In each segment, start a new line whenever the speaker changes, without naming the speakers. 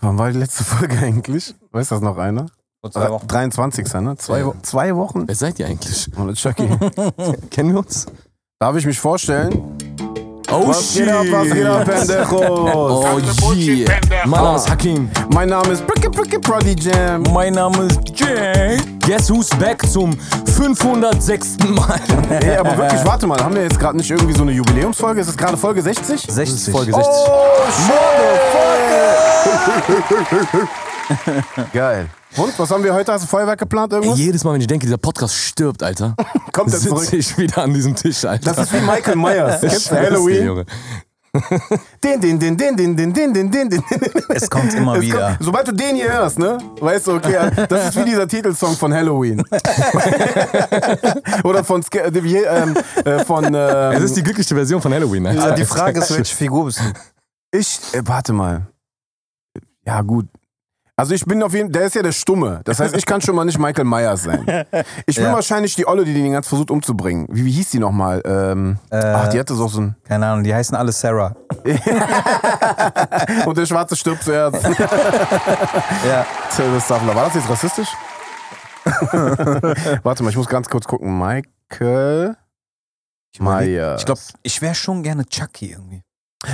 Wann war die letzte Folge eigentlich? Weiß das noch einer?
Vor zwei
Äh,
Wochen.
23. Ne? Zwei,
Ja.
Wo- zwei Wochen.
Wer seid ihr eigentlich?
Und Chucky.
Kennen wir uns?
Darf ich mich vorstellen?
Oh
Was geht ab, was geht ab, Pendejos?
Oh yeah. Mein Name ist Hakim.
Mein Name ist Bricke Bricke Prodi Jam.
Mein Name ist Jay. Guess who's back zum 506. Mal.
Ey, aber wirklich, warte mal, haben wir jetzt gerade nicht irgendwie so eine Jubiläumsfolge? Ist es gerade Folge 60?
60.
Folge
Oh,
60.
shit. Geil. Und, was haben wir heute? Hast du Feuerwerk geplant irgendwas?
Jedes Mal, wenn ich denke, dieser Podcast stirbt, Alter,
Kommt er zurück.
sitze ich wieder an diesem Tisch, Alter.
Das ist wie Michael Myers. Kennst du
Scheiße,
Halloween?
Junge.
Den, den, den, den, den, den, den, den, den, den.
Es kommt immer
Es
wieder.
kommt- Sobald du den hier hörst, ne? Weißt du, okay, das ist wie dieser Titelsong von Halloween. Oder von, Ske- äh, wie, ähm, äh, von
Es
ähm, äh,
ist die glückliche Version von Halloween, Alter.
Also die Frage ist, welche Figur bist du?
Ich, äh, warte mal. Ja, gut. Also ich bin auf jeden der ist ja der Stumme. Das heißt, ich kann schon mal nicht Michael Myers sein. Ich bin
Ja.
wahrscheinlich die Olle, die den ganz versucht umzubringen. Wie, wie hieß die nochmal? Ähm,
Äh,
ach, die hatte so so ein...
Keine Ahnung, die heißen alle Sarah.
Und der Schwarze stirbt zuerst.
Ja.
Silver Safler. War das jetzt rassistisch? warte mal, ich muss ganz kurz gucken. Michael... Myers.
Ich glaube, Äh, ich wäre schon gerne Chucky irgendwie.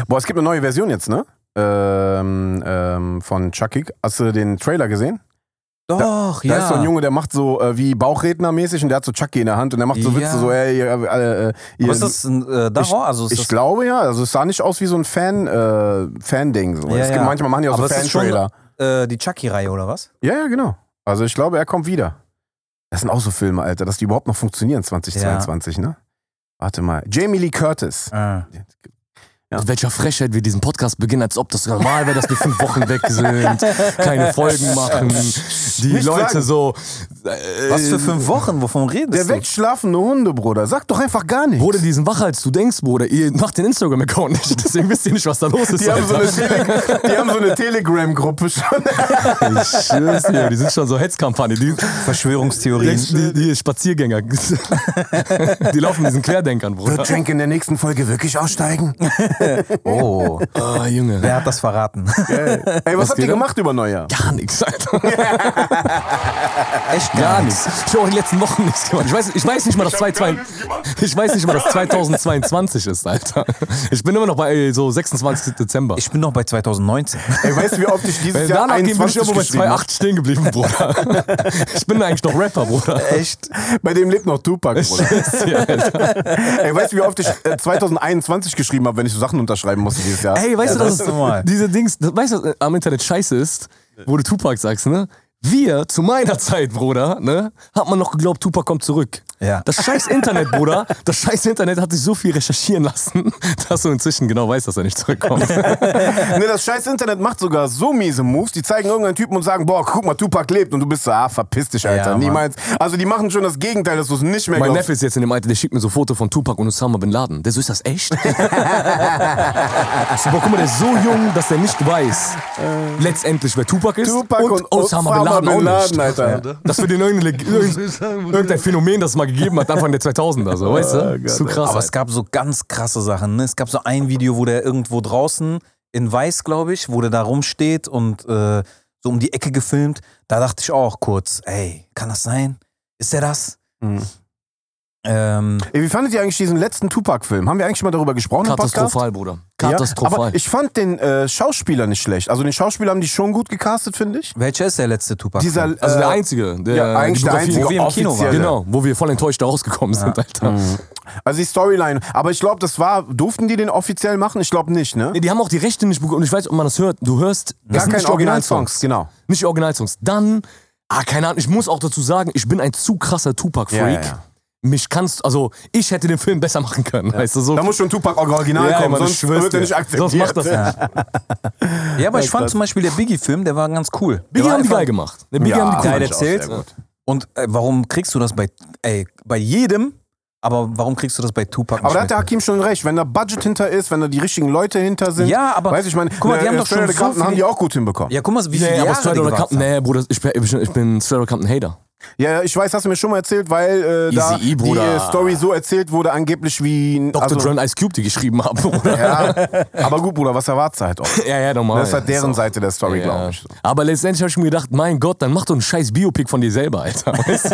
Boah, es gibt eine neue Version jetzt, ne? Ähm, ähm, von Chucky. Hast du den Trailer gesehen?
Doch,
Da ist so ein Junge, der macht so äh, wie Bauchrednermäßig und der hat so Chucky in der Hand und der macht so
Ja.
Witze, so, ey, ihr, äh, äh, ihr,
Was ist das ein äh, Dachau? Also ist
ich
das,
glaube ja, also es sah nicht aus wie so ein Fan, äh, Fan-Ding. So.
Ja,
es gibt,
ja.
Manchmal machen die auch
Aber
so
es ist schon-
Fan-Trailer.
äh, die Chucky-Reihe oder was?
Ja, ja, genau. Also ich glaube, er kommt wieder. Das sind auch so Filme, Alter, dass die überhaupt noch funktionieren 2022, ne? Warte mal. Jamie Lee Curtis.
Ah.
Mit welcher Frechheit wir diesen Podcast beginnen, als ob das normal wäre, dass wir fünf Wochen weg sind, keine Folgen machen, die
Nicht
Leute
sagen.
so. äh,
Was für fünf Wochen? Wovon redest
Der
du?
wegschlafende Hunde, Bruder. Sag doch einfach gar nichts.
Bruder, die sind wacher als du denkst, Bruder. Ihr macht den Instagram-Account nicht, deswegen wisst ihr nicht, was da los ist.
die haben so
Alter.
eine, Tele die haben so eine Telegram-Gruppe schon.
Ich schwör's dir, die sind schon so Hetzkampagne. Die, die,
Verschwörungstheorien.
die, die Spaziergänger. die laufen diesen Querdenkern, Bruder.
Wird Trank in der nächsten Folge wirklich aussteigen?
Oh,
Ah, Junge.
wer hat das verraten?
Ey, was, habt ihr
geht ab?
gemacht über Neujahr?
Gar nichts, Alter.
Echt
Gar nichts. Ich habe auch die letzten Wochen nichts gemacht. Ich weiß, ich weiß nicht mal, dass 2022, ich weiß nicht mal, dass 2022 ist, Alter. Ich bin immer noch bei äh, so 26. Dezember.
Ich bin noch bei 2019.
Ey, weißt du, wie oft ich
Wenn
dieses Jahr
danach gehen, bin ich
21
irgendwo bei
geschrieben hab?
2,8 stehen geblieben, Bruder. Ich bin eigentlich noch Rapper, Bruder.
Echt?
Bei dem lebt noch Tupac, Bruder.
Ja, Alter.
Ey, weißt du, wie oft ich äh, 2021 geschrieben habe, wenn ich so Sachen unterschreiben musste dieses Jahr?
Ey, weißt
Ja,
du,
das
dass
ist normal.
diese Dings, das- weißt du, was am Internet scheiße ist, wo du Tupac sagst, ne? Wir, zu meiner Zeit, Bruder, ne, hat man noch geglaubt, Tupac kommt zurück.
Ja.
Das scheiß Internet, Bruder, das scheiß Internet hat sich so viel recherchieren lassen, dass du inzwischen genau weißt, dass er nicht zurückkommt.
Ne, das scheiß Internet macht sogar so miese Moves. Die zeigen irgendeinen Typen und sagen, boah, guck mal, Tupac lebt. Und du bist so, ah, verpiss dich, Alter.
Ja, Mann.
Niemals. Also die machen schon das Gegenteil, dass du es nicht mehr
mein
glaubst.
Neffe ist jetzt in dem Alter, der schickt mir so Foto von Tupac und Osama Bin Laden. Der so, ist das echt? ich so, boah, guck mal, der ist so jung, dass der nicht weiß, letzendlich, wer Tupac ist
Tupac
und, Osama, Bin Laden, auch nicht.
Alter.
Das für den irgendein, irgendein Phänomen, das es mal gegeben hat, Anfang der 2000er, so, weißt du? ist so krass.
Aber es gab so ganz krasse Sachen. Ne? Es gab so ein Video, wo der irgendwo draußen in Weiß, glaube ich, wo der da rumsteht und äh, so um die Ecke gefilmt. Da dachte ich auch kurz, ey, kann das sein? Ist der das?
Mhm.
Ähm,
Ey, wie fandet ihr eigentlich diesen letzten Tupac-Film? Haben wir eigentlich schon mal darüber gesprochen im Podcast?
Katastrophal, Bruder. Katastrophal.
Ja, aber ich fand den äh, Schauspieler nicht schlecht. Also den Schauspieler haben die schon gut gecastet, finde ich.
welcher ist der letzte Tupac?
Dieser, äh,
also der einzige, der,
ja, eigentlich
die
der
Biografie-
einzige
wo wir im Kino waren.
offizielle.
Genau, wo wir voll enttäuscht da rausgekommen sind, Alter.
Also die Storyline. Aber ich glaube, das war, durften die den offiziell machen? Ich glaube nicht, ne?
Nee, die haben auch die Rechte nicht bekommen. Und ich weiß, ob man das hört. Du hörst das
Gar
sind
keine
nicht
Originalsongs, genau.
Nicht Originalsongs. Dann, ah, keine Ahnung, ich muss auch dazu sagen, ich bin ein zu krasser Tupac-Freak.
Ja, ja.
Mich kannst, also ich hätte den Film besser machen können, weißt du, so.
Da muss schon Tupac original
Ja,
kommen,
Mann, ich
sonst
schwör's
wird er
dir.
nicht akzeptiert.
Sonst macht das nicht.
ja, aber ich fand zum Beispiel der Biggie-Film, der war ganz cool. Der
Biggie
war
haben die
einfach-
geil gemacht. Ne, Biggie
Ja,
haben die cool
fand
Geil
ich
gemacht.
auch
erzählt.
sehr gut.
Und äh, warum kriegst du das bei, ey, bei jedem, aber warum kriegst du das bei Tupac nicht
Aber da
mit?
hat der Hakim schon recht. Wenn da Budget hinter ist, wenn da die richtigen Leute hinter sind.
Ja, aber-
Weiß ich, meine,
guck mal, die haben
äh,
doch schon
Straight Outta
so
Compton haben
viele-
die Also auch gut hinbekommen.
Ja, guck mal, wie
Nee,
viele
aber
Jahre die
Straight Outta
gewartet
Compton,
haben.
nee, Bruder, ich, bin- ich bin Straight Outta Compton Hater.
Ja, ich weiß, hast du mir schon mal erzählt, weil äh, da
Easy E,
die
Bruder.
äh, Story so erzählt wurde, angeblich wie.
Dr.
also,
Dre und Ice Cube, die geschrieben haben, oder?
Ja, aber gut, Bruder, was erwartet halt auch.
Ja, ja, normal.
Das ist halt deren
So.
Seite der Story, glaube ich.
Aber letztendlich habe ich mir gedacht, mein Gott, dann mach doch ein scheiß Biopic von dir selber, Alter. Weißt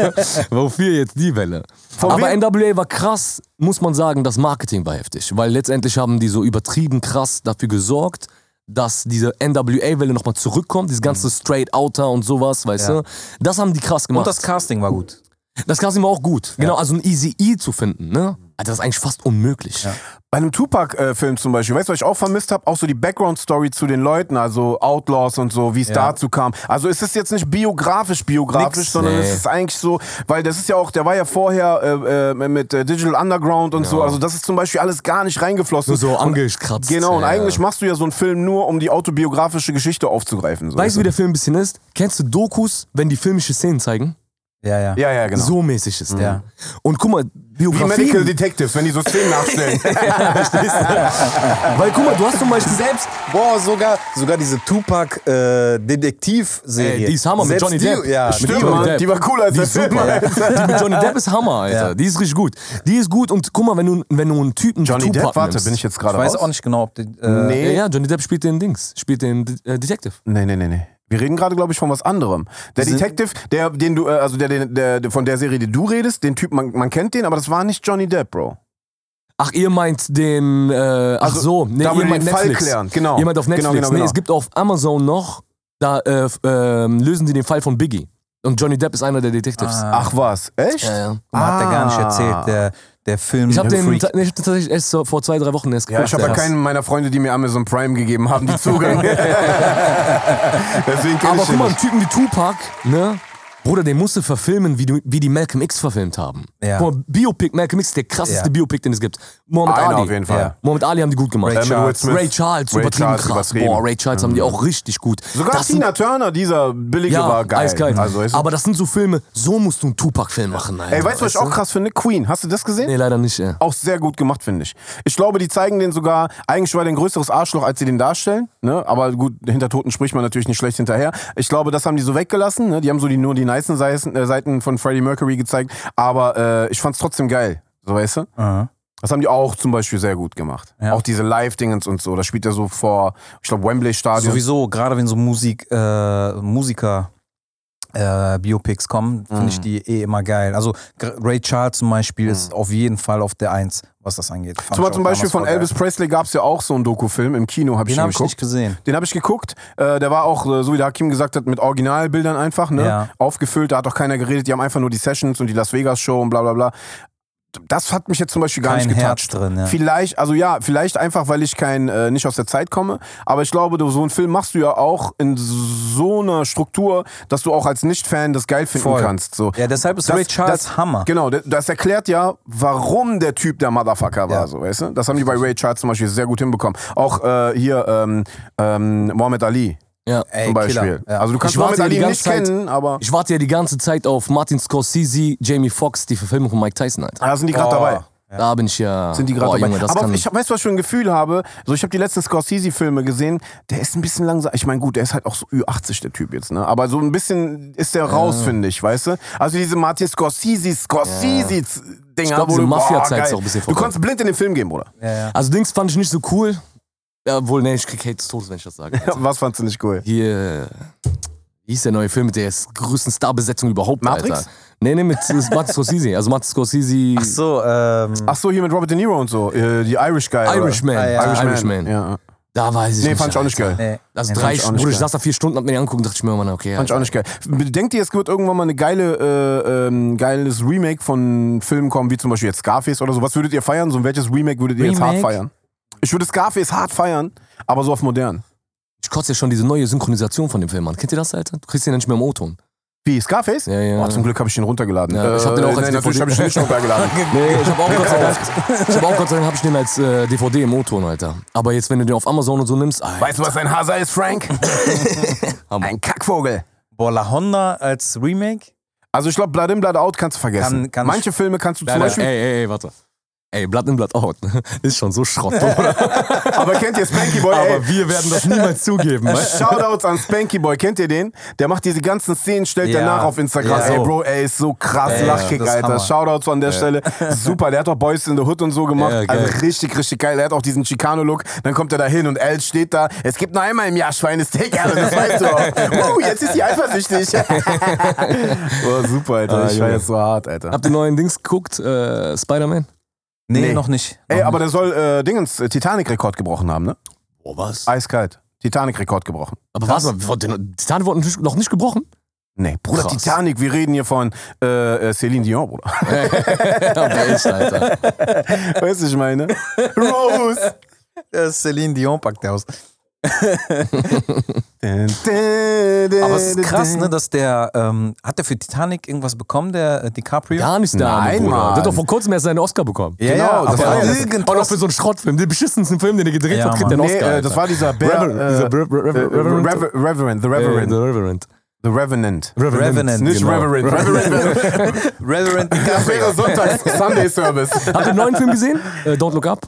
du? Wofür jetzt die Welle? Aber
wem-
NWA war krass, muss man sagen, das Marketing war heftig. Weil letztendlich haben die so übertrieben krass dafür gesorgt, dass diese NWA-Welle nochmal zurückkommt, dieses
Mhm.
ganze Straight Outer und sowas, weißt
Ja.
du? Das haben die krass gemacht.
Und das Casting war gut.
das Casting war auch gut. Genau, also ein Easy E zu finden, ne? Alter, das ist eigentlich fast unmöglich.
Bei einem Tupac-Film zum Beispiel, weißt du, was ich auch vermisst habe? Auch so die Background-Story zu den Leuten, also Outlaws und so, wie es dazu kam. Also es ist jetzt nicht biografisch, biografisch,
Nix,
sondern
nee.
es ist eigentlich so, weil das ist ja auch, der war ja vorher äh, äh, mit äh, Digital Underground und so, also das ist zum Beispiel alles gar nicht reingeflossen.
Nur so angekratzt.
Genau, und
ja.
eigentlich machst du ja so einen Film nur, um die autobiografische Geschichte aufzugreifen. So.
Weißt du, wie der Film ein bisschen ist? Kennst du Dokus, wenn die filmische Szenen zeigen?
Ja, ja.
Ja, ja, genau.
So mäßig ist der.
Ja.
Und guck mal,
wie Medical
Biografien.
Detectives, wenn die so Szenen nachstellen.
Weil guck mal, du hast zum Beispiel selbst.
Boah, sogar, sogar diese Tupac-Detektiv-Serie.
Ey, die ist Hammer mit Johnny Depp.
Ja,
Stimmt.
Stimmt,
Johnny
Mann,
Depp.
die war cooler als
Die
der
ist
Film.
super.
Alter.
Ja. Die mit Johnny Depp ist Hammer, Alter.
Ja.
Die ist richtig gut. Die ist gut und guck mal, wenn du, wenn du einen Typen wie
Johnny
Tupac
Depp, warte,
nimmst.
bin ich jetzt
ich
gerade
weiß
raus?
auch nicht genau, ob die, äh,
Nee.
Ja, ja, Johnny Depp spielt den Dings, spielt den äh, Detective.
Nee, nee, nee, nee. Wir reden gerade, glaube ich, von was anderem. Der Detective, der, den du, äh, also der, den- der, der, von der Serie, die du redest, den Typ, man, man kennt den, aber das war nicht Johnny Depp, Bro.
Ach, ihr meint den, äh, ach
Also,
so, nee,
da
ihr
würde
meint
den Fall
Netflix.
klären, genau.
Ihr meint auf Netflix.
Genau, genau,
Nee,
genau.
es gibt auf Amazon noch, da äh, f- ähm, lösen sie den Fall von Biggie. Und Johnny Depp ist einer der Detectives.
Ach was, echt?
Ja, ja.
Guck mal, hat der gar nicht
Ah.
erzählt, der, der Film.
Ich habe den,
Freak.
ta- nee, ich hab den tatsächlich erst so vor zwei, drei Wochen erst
Ja,
geguckt.
ich habe ja
Krass.
keinen meiner Freunde, die mir Amazon Prime gegeben haben, die Zugang. Deswegen kenn
Aber
ich
guck
den
mal, einen
nicht.
Typen wie Tupac, ne? Bruder, den musst du verfilmen, wie, du, wie die Malcolm X verfilmt haben.
Ja.
Guck mal, Biopic, Malcolm X ist der krasseste
Ja.
Biopic, den es gibt. Muhammad
Einer
Ali.
auf jeden Fall.
Ja.
Muhammad Ali haben die gut gemacht.
Ray Äh, mit Will Charles.
Smith.
Ray Charles,
Ray
übertrieben
Charles,
krass.
übertrieben. Mhm.
Boah, Ray Charles haben die auch richtig gut.
Sogar
das sind,
Tina Turner, dieser billige
ja,
war geil.
Eiskalt.
Also, ist
Aber das sind so Filme, so musst du einen Tupac-Film machen. Alter,
Ey, weißt du, was ich auch
du?
krass finde? Queen, hast du das gesehen?
Nee, leider nicht. Ja.
auch sehr gut gemacht, finde ich. Ich glaube, die zeigen den sogar, eigentlich war der ein größeres Arschloch, als sie den darstellen. Ne? Aber gut, hinter Toten spricht man natürlich nicht schlecht hinterher. Ich glaube, das haben die so weggelassen. Ne? Die haben so die, nur die nicen Seiten, äh, Seiten von Freddie Mercury gezeigt. Aber äh, ich fand's trotzdem geil. So, weißt du?
Aha.
Das haben die auch zum Beispiel sehr gut gemacht.
Ja.
Auch diese Live-Dingens und so. Das spielt er so vor, ich glaube, Wembley-Stadion.
Also Sowieso, gerade wenn so Musik, äh, Musiker. Äh, Biopics kommen, finde
Mhm.
ich die eh immer geil. Also Gr- Ray Charles zum Beispiel ist auf jeden Fall auf der Eins, was das angeht. Fand
Zum,
ich auch
zum Beispiel
damals
von
voll geil.
Elvis Presley gab's ja auch so einen Doku-Film im Kino, habe ich
Den
schon
habe ich
geguckt.
nicht gesehen.
Den habe ich geguckt. Äh, der war auch, äh, so wie der Hakim gesagt hat, mit Originalbildern einfach, ne?
Ja.
Aufgefüllt, da hat auch keiner geredet. Die haben einfach nur die Sessions und die Las Vegas Show und bla bla bla. Das hat mich jetzt zum Beispiel gar
Kein
nicht
Herz
getatscht.
drin. Ja.
Vielleicht, also ja, vielleicht einfach, weil ich kein, äh, nicht aus der Zeit komme. Aber ich glaube, du, so einen Film machst du ja auch in so einer Struktur, dass du auch als Nicht-Fan das geil finden
Voll.
kannst. So.
ja, deshalb ist
Das-
Ray Charles
das-
Hammer.
Genau, d- das erklärt ja, warum der Typ der Motherfucker war,
Ja.
so, weißt du? Das haben die bei Ray Charles zum Beispiel sehr gut hinbekommen. Auch äh, hier ähm, ähm, Mohammed Ali
Ja.
Ey,
zum Beispiel.
Killer. Ja.
Also du kannst
Ich warte
Mohammed
ja die
Ali
ganze
nicht
Zeit-
kennen, aber
Ich warte ja die ganze Zeit auf Martin Scorsese, Jamie Foxx, die Verfilmung von Mike Tyson, Alter.
da Ah, sind die gerade
Boah.
dabei.
Da bin ich ja.
Sind die gerade
Boah,
dabei.
Junge, das
aber
kann
ich weiß, was ich für ein Gefühl habe. So, ich habe die letzten Scorsese-Filme gesehen. Der ist ein bisschen langsam. Ich meine, gut, der ist halt auch so Ü80, der Typ jetzt, ne? Aber so ein bisschen ist der raus, finde ich, weißt du? Also diese Martin Scorsese, Scorsese-Dinger.
Ich glaub, diese Mafia-Zeit ist auch ein bisschen
Du
vorbei.
konntest blind in den Film gehen, Bruder.
Ja, ja.
Also Dings fand ich nicht so cool. Obwohl, ne, ich krieg Hate des Todes, wenn ich das sage.
Also, Was fandst du nicht cool?
Hier, äh, wie hieß der neue Film mit der größten Starbesetzung überhaupt,
Matrix?
Alter? Nee, nee, mit äh, Martin Scorsese. Also Martin Scorsese,
Ach so, ähm,
Ach so, hier mit Robert De Niro und so. Äh, die Irish Guy.
Irishman.
Ah, ja.
Oder?
Irishman.
Irishman. Ja.
Da weiß ich
Nee,
nicht.
fand ich auch nicht geil.
nee.
Also
Nee,
drei
ich auch
Stunden,
nicht
Bruder, ich
geil.
saß da vier Stunden, hab mir den anguckt und dachte ich mir, oh Mann, okay.
Fand ich auch nicht geil. Denkt ihr, es wird irgendwann mal eine geile, äh, ähm, geiles Remake von Filmen kommen, wie zum Beispiel jetzt Scarface oder so? Was würdet ihr feiern? So, welches Remake würdet ihr jetzt hart
Remake?
feiern? Ich würde Scarface hart feiern, aber so auf modern.
Ich kotze ja schon diese neue Synchronisation von dem Film an. Kennt ihr das, Alter? Du kriegst den ja nicht mehr im O-Ton.
Wie, Scarface?
Ja, ja.
Oh, zum Glück habe ich den runtergeladen. Äh,
Ja, ich hab den auch als
nein, natürlich
DVD.
habe ich den nicht runtergeladen.
Nee, ich hab auch Gott sei Dank, ich hab auch Gott sei Dank hab ich den als äh, DVD im O-Ton, Alter. Aber jetzt, wenn du den auf Amazon und so nimmst, Alter.
Weißt du, was ein Hase ist, Frank? ein Kackvogel.
Boah, La Honda als Remake?
Also ich glaube, Blood in, Blood out kannst du vergessen.
Kann- kann ich-
Manche Filme kannst du zum
Alter,
Beispiel
ey, ey, ey, warte. Ey, Blood in, Blood out. ne? Ist schon so Schrott, Bruder.
Aber kennt ihr Spanky Boy? ey?
Aber wir werden das niemals zugeben, ne? weißt du?
Shoutouts an Spanky Boy, kennt ihr den? Der macht diese ganzen Szenen, stellt
Ja.
danach auf Instagram.
Ja.
Ey, Bro, ey, ist so krass
Ey,
lachkick,
das ist
Alter.
Hammer.
Shoutouts an der Stelle. Super, der hat auch Boys in the Hood und so gemacht.
Ja, geil.
also richtig, richtig geil. Er hat auch diesen Chicano-Look. Dann kommt er da hin und L steht da. Es gibt nur einmal im Jahr Schweinesteak, Alter, das weißt du auch. Uh, jetzt ist die eifersüchtig. Boah, super, Alter.
Ah,
ich war
Junge.
jetzt so hart, Alter.
Habt ihr neuen Dings geguckt? Äh, Spider-Man?
Nee,
Nee.
noch nicht.
Ey,
Noch
aber der soll äh, Dingens äh, Titanic-Rekord gebrochen haben, ne?
Oh, was?
Eiskalt. Titanic-Rekord gebrochen.
Aber warte mal, wurde der- Titan wurde nicht- noch nicht gebrochen?
Nee, Bruder,
Krass.
Titanic, wir reden hier von äh, äh, Celine Dion, Bruder.
Aber echt, Alter.
Weißt du, ich meine? Rose!
Der Celine Dion packt der aus. Aber
Aber
es ist krass, ne, dass der, ähm, hat der für Titanic irgendwas bekommen, der äh, DiCaprio?
Gar nicht der arme
Nein,
Bruder.
Mann.
Der hat doch vor kurzem erst seinen Oscar bekommen.
Ja,
Genau,
ja,
das war
aber
ja
das-
irgendwas.
Auch noch für so einen Schrottfilm, den beschissensten Film, den er gedreht
Ja,
hat, kriegt
Mann.
den
Nee,
Oscar.
äh,
Alter.
das war dieser Bär.
Reverend,
äh,
dieser Rever- Rever-
äh,
Reverend.
Rever- Reverend, The
Äh,
Reverend.
The Reverend.
The Revenant.
Revenant,
Nicht
genau.
Reverend. Reverend.
Reverend
Das wäre
DiCaprio.
Sonntags Sunday Service.
Habt ihr den neuen Film gesehen? Äh, Don't Look Up?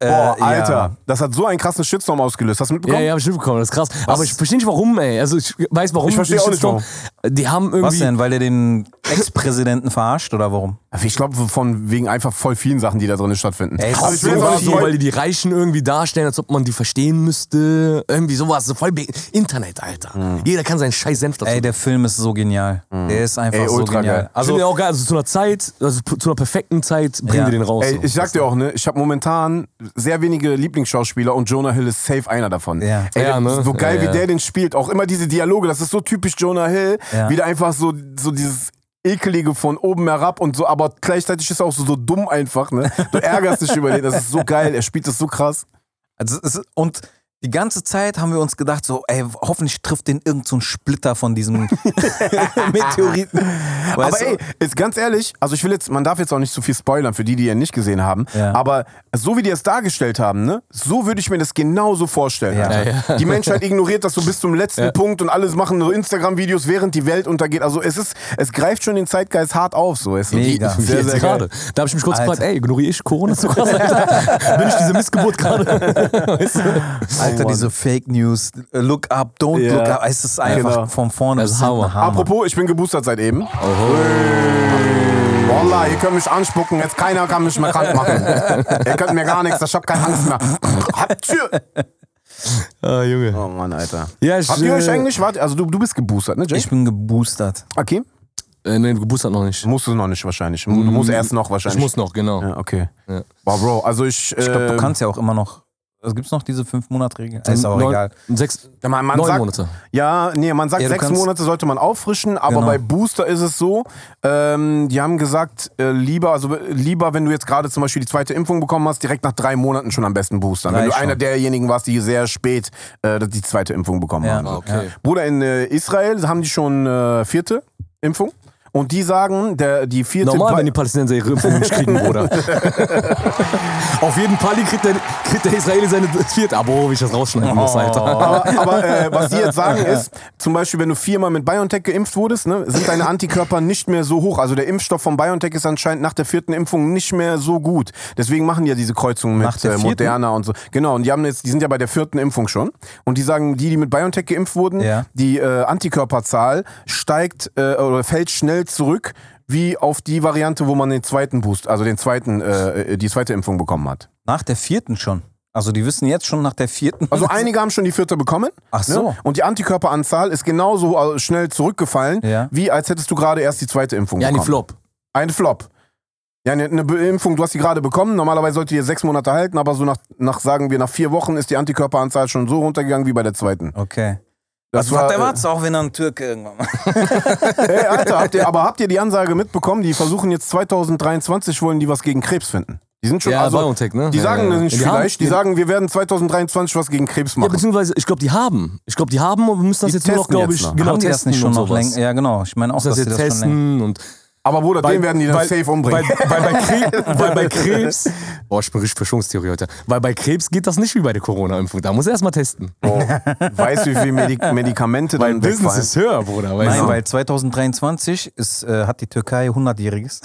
Äh,
Boah,
ja.
Alter, das hat so einen krassen Shitstorm ausgelöst. Hast du
Ja,
mitbekommen?
ja, hab ich mitbekommen, das ist krass. Aber ich verstehe nicht warum, ey. Also ich weiß warum.
Ich verstehe
die
auch nicht,
Shitstorm- Die haben irgendwie.
Was denn, weil er den Ex-Präsidenten verarscht oder warum?
Ich glaube, von wegen einfach voll vielen Sachen, die da drin stattfinden.
Ey,
Aber
das
Also ich
ist
will
so
jetzt auch
Sowas
nicht
so,
so
weil die die Reichen irgendwie darstellen, als ob man die verstehen müsste. Irgendwie sowas. So voll be- Internet, Alter.
Hm.
Jeder kann seinen scheiß Senf dazu.
Ey, der Film ist so genial. Der ist einfach
Mhm. Ey,
so
ultra
genial.
geil.
Also, ich
Also,
finde den auch geil. Also zu einer Zeit, also pu- zu einer perfekten Zeit, bringen
Ja.
die den raus.
Ey,
so.
ich sag dir auch, ne, ich habe momentan sehr wenige Lieblingsschauspieler und Jonah Hill ist safe einer davon.
Ja.
Ey,
Ja, ne?
So geil,
Ja,
wie
ja.
der den spielt. Auch immer diese Dialoge, das ist so typisch Jonah Hill.
Ja.
Wie der einfach so, so dieses ekelige von oben herab und so, aber gleichzeitig ist er auch so, so dumm einfach, ne? Du ärgerst dich über den, das ist so geil, er spielt das so krass.
also es, ist- und die ganze Zeit haben wir uns gedacht, so, ey, hoffentlich trifft den irgend so ein Splitter von diesem Meteoriten.
Aber
Weißt
ey,
du?
ist ganz ehrlich, also ich will jetzt, man darf jetzt auch nicht zu viel spoilern für die, die ihn nicht gesehen haben,
Ja.
aber so wie die es dargestellt haben, ne, so würde ich mir das genauso vorstellen.
Ja.
Alter.
Ja, ja.
Die Menschheit ignoriert das so bis zum letzten Punkt und alles machen so Instagram-Videos, während die Welt untergeht. Also es ist, es greift schon den Zeitgeist hart auf, so. Es
Mega.
Ist sehr,
Jetzt
sehr geil.
gerade. Da habe ich mich kurz
Alter.
gefragt, ey, ignoriere ich Corona so krass, Alter? Bin ich diese Missgeburt gerade? Weißt du?
Alter,
oh Mann.
diese Fake News, look up, don't
Ja.
look up, es ist einfach
Genau.
von vorne
Das
bis
ist
hinten
Hammer.
Hammer.
Apropos, ich bin geboostert seit eben. Wallah, ihr könnt mich anspucken, jetzt keiner kann mich mehr krank machen. ihr könnt mir gar nichts, ich hab keine Angst mehr. Habt Tür!
Ah, Junge.
Oh Mann, Alter.
Ja, ich,
Habt ihr euch
äh,
eigentlich, warte, also du, du bist geboostert, ne, Jay?
Ich bin geboostert.
Okay. Mm.
Äh, nee, du Boost hat noch nicht.
Musst du noch nicht wahrscheinlich. Du musst erst noch
Ich
wahrscheinlich.
muss noch, genau.
Ja, okay.
Ja.
Wow, Bro, also ich.
Ich glaube,
äh,
du kannst ja auch immer noch. Also gibt's noch diese 5-Monat-Regel? Ist auch
Neun-
egal.
Sechs,
Man, man
neun
sagt,
Monate.
Ja, nee, man sagt,
Ja, du
sechs
kannst-
Monate sollte man auffrischen, aber
Genau.
bei Booster ist es so, ähm, die haben gesagt, äh, lieber, also äh, lieber, wenn du jetzt gerade zum Beispiel die zweite Impfung bekommen hast, direkt nach drei Monaten schon am besten boostern.
Drei
wenn du
schon.
einer derjenigen warst, die sehr spät äh, die zweite Impfung bekommen
Ja,
haben.
okay.
Ja.
Bruder, in äh, Israel haben die schon äh, vierte Impfung. Und die sagen, der, die vierte
Normal,
Impfung-
wenn die Palästinenser ihre Impfung nicht kriegen, Bruder. Auf jeden Pali kriegt der, kriegt der Israeli seine vierte. Abo, wie ich das rausschneiden muss, Alter.
Aber, aber äh, was die jetzt sagen ist, zum Beispiel, wenn du viermal mit BioNTech geimpft wurdest, ne, sind deine Antikörper nicht mehr so hoch. Also der Impfstoff von BioNTech ist anscheinend nach der vierten Impfung nicht mehr so gut. Deswegen machen die ja diese Kreuzungen
Nach
mit
der
äh,
vierten?
Moderna und so. Genau, und die, haben jetzt, die sind ja bei der vierten Impfung schon. Und die sagen, die, die mit BioNTech geimpft wurden,
Ja.
die äh, Antikörperzahl steigt äh, oder fällt schnell zurück wie auf die Variante, wo man den zweiten Boost, also den zweiten, äh, die zweite Impfung bekommen hat.
Nach der vierten schon. Also die wissen jetzt schon nach der vierten.
Also einige haben schon die vierte bekommen. ne?
Ach so.
Und die Antikörperanzahl ist genauso äh, schnell zurückgefallen,
Ja.
wie als hättest du gerade erst die zweite Impfung
Ja, die
bekommen.
Flop.
Ein Flop. Ja, eine, eine Be- Impfung, du hast die gerade bekommen. Normalerweise sollte die sechs Monate halten, aber so nach, nach, sagen wir, nach vier Wochen ist die Antikörperanzahl schon so runtergegangen wie bei der zweiten.
Okay.
Das
also hat der
äh,
Watz auch, wenn er ein Türke irgendwann mal.
Ey, Alter, habt ihr, aber habt ihr die Ansage mitbekommen? Die versuchen jetzt 2023 wollen die was gegen Krebs finden. Die sind schon,
Ja,
also,
BioNTech, ne?
die
Ja,
sagen
ja, ja.
nicht
Die haben-
vielleicht, die,
die-
sagen, wir werden 2023 was gegen Krebs
Ja,
machen.
beziehungsweise, ich glaube, die haben. Ich glaube, die haben und wir müssen das
Die
jetzt nur noch,
testen
glaube
jetzt
ich,
noch.
genau
Haben die das
testen
nicht schon
und
noch
sowas.
länger? Ja, genau. Ich meine auch,
Müssen
dass
das
sie
jetzt
das schon länger.
testen und
Aber Bruder, den werden die dann safe umbringen.
Weil, weil, bei Krebs, weil bei Krebs. Boah, ich bin richtig Verschwörungstheorie heute. Weil bei Krebs geht das nicht wie bei der Corona-Impfung. Da muss er erstmal testen.
Oh, weißt du, wie viele Medi Medikamente dann
Business
wegfallen?
ist höher, Bruder. weißt
Nein,
du?
weil 2023 ist, äh, hat die Türkei 100-jähriges.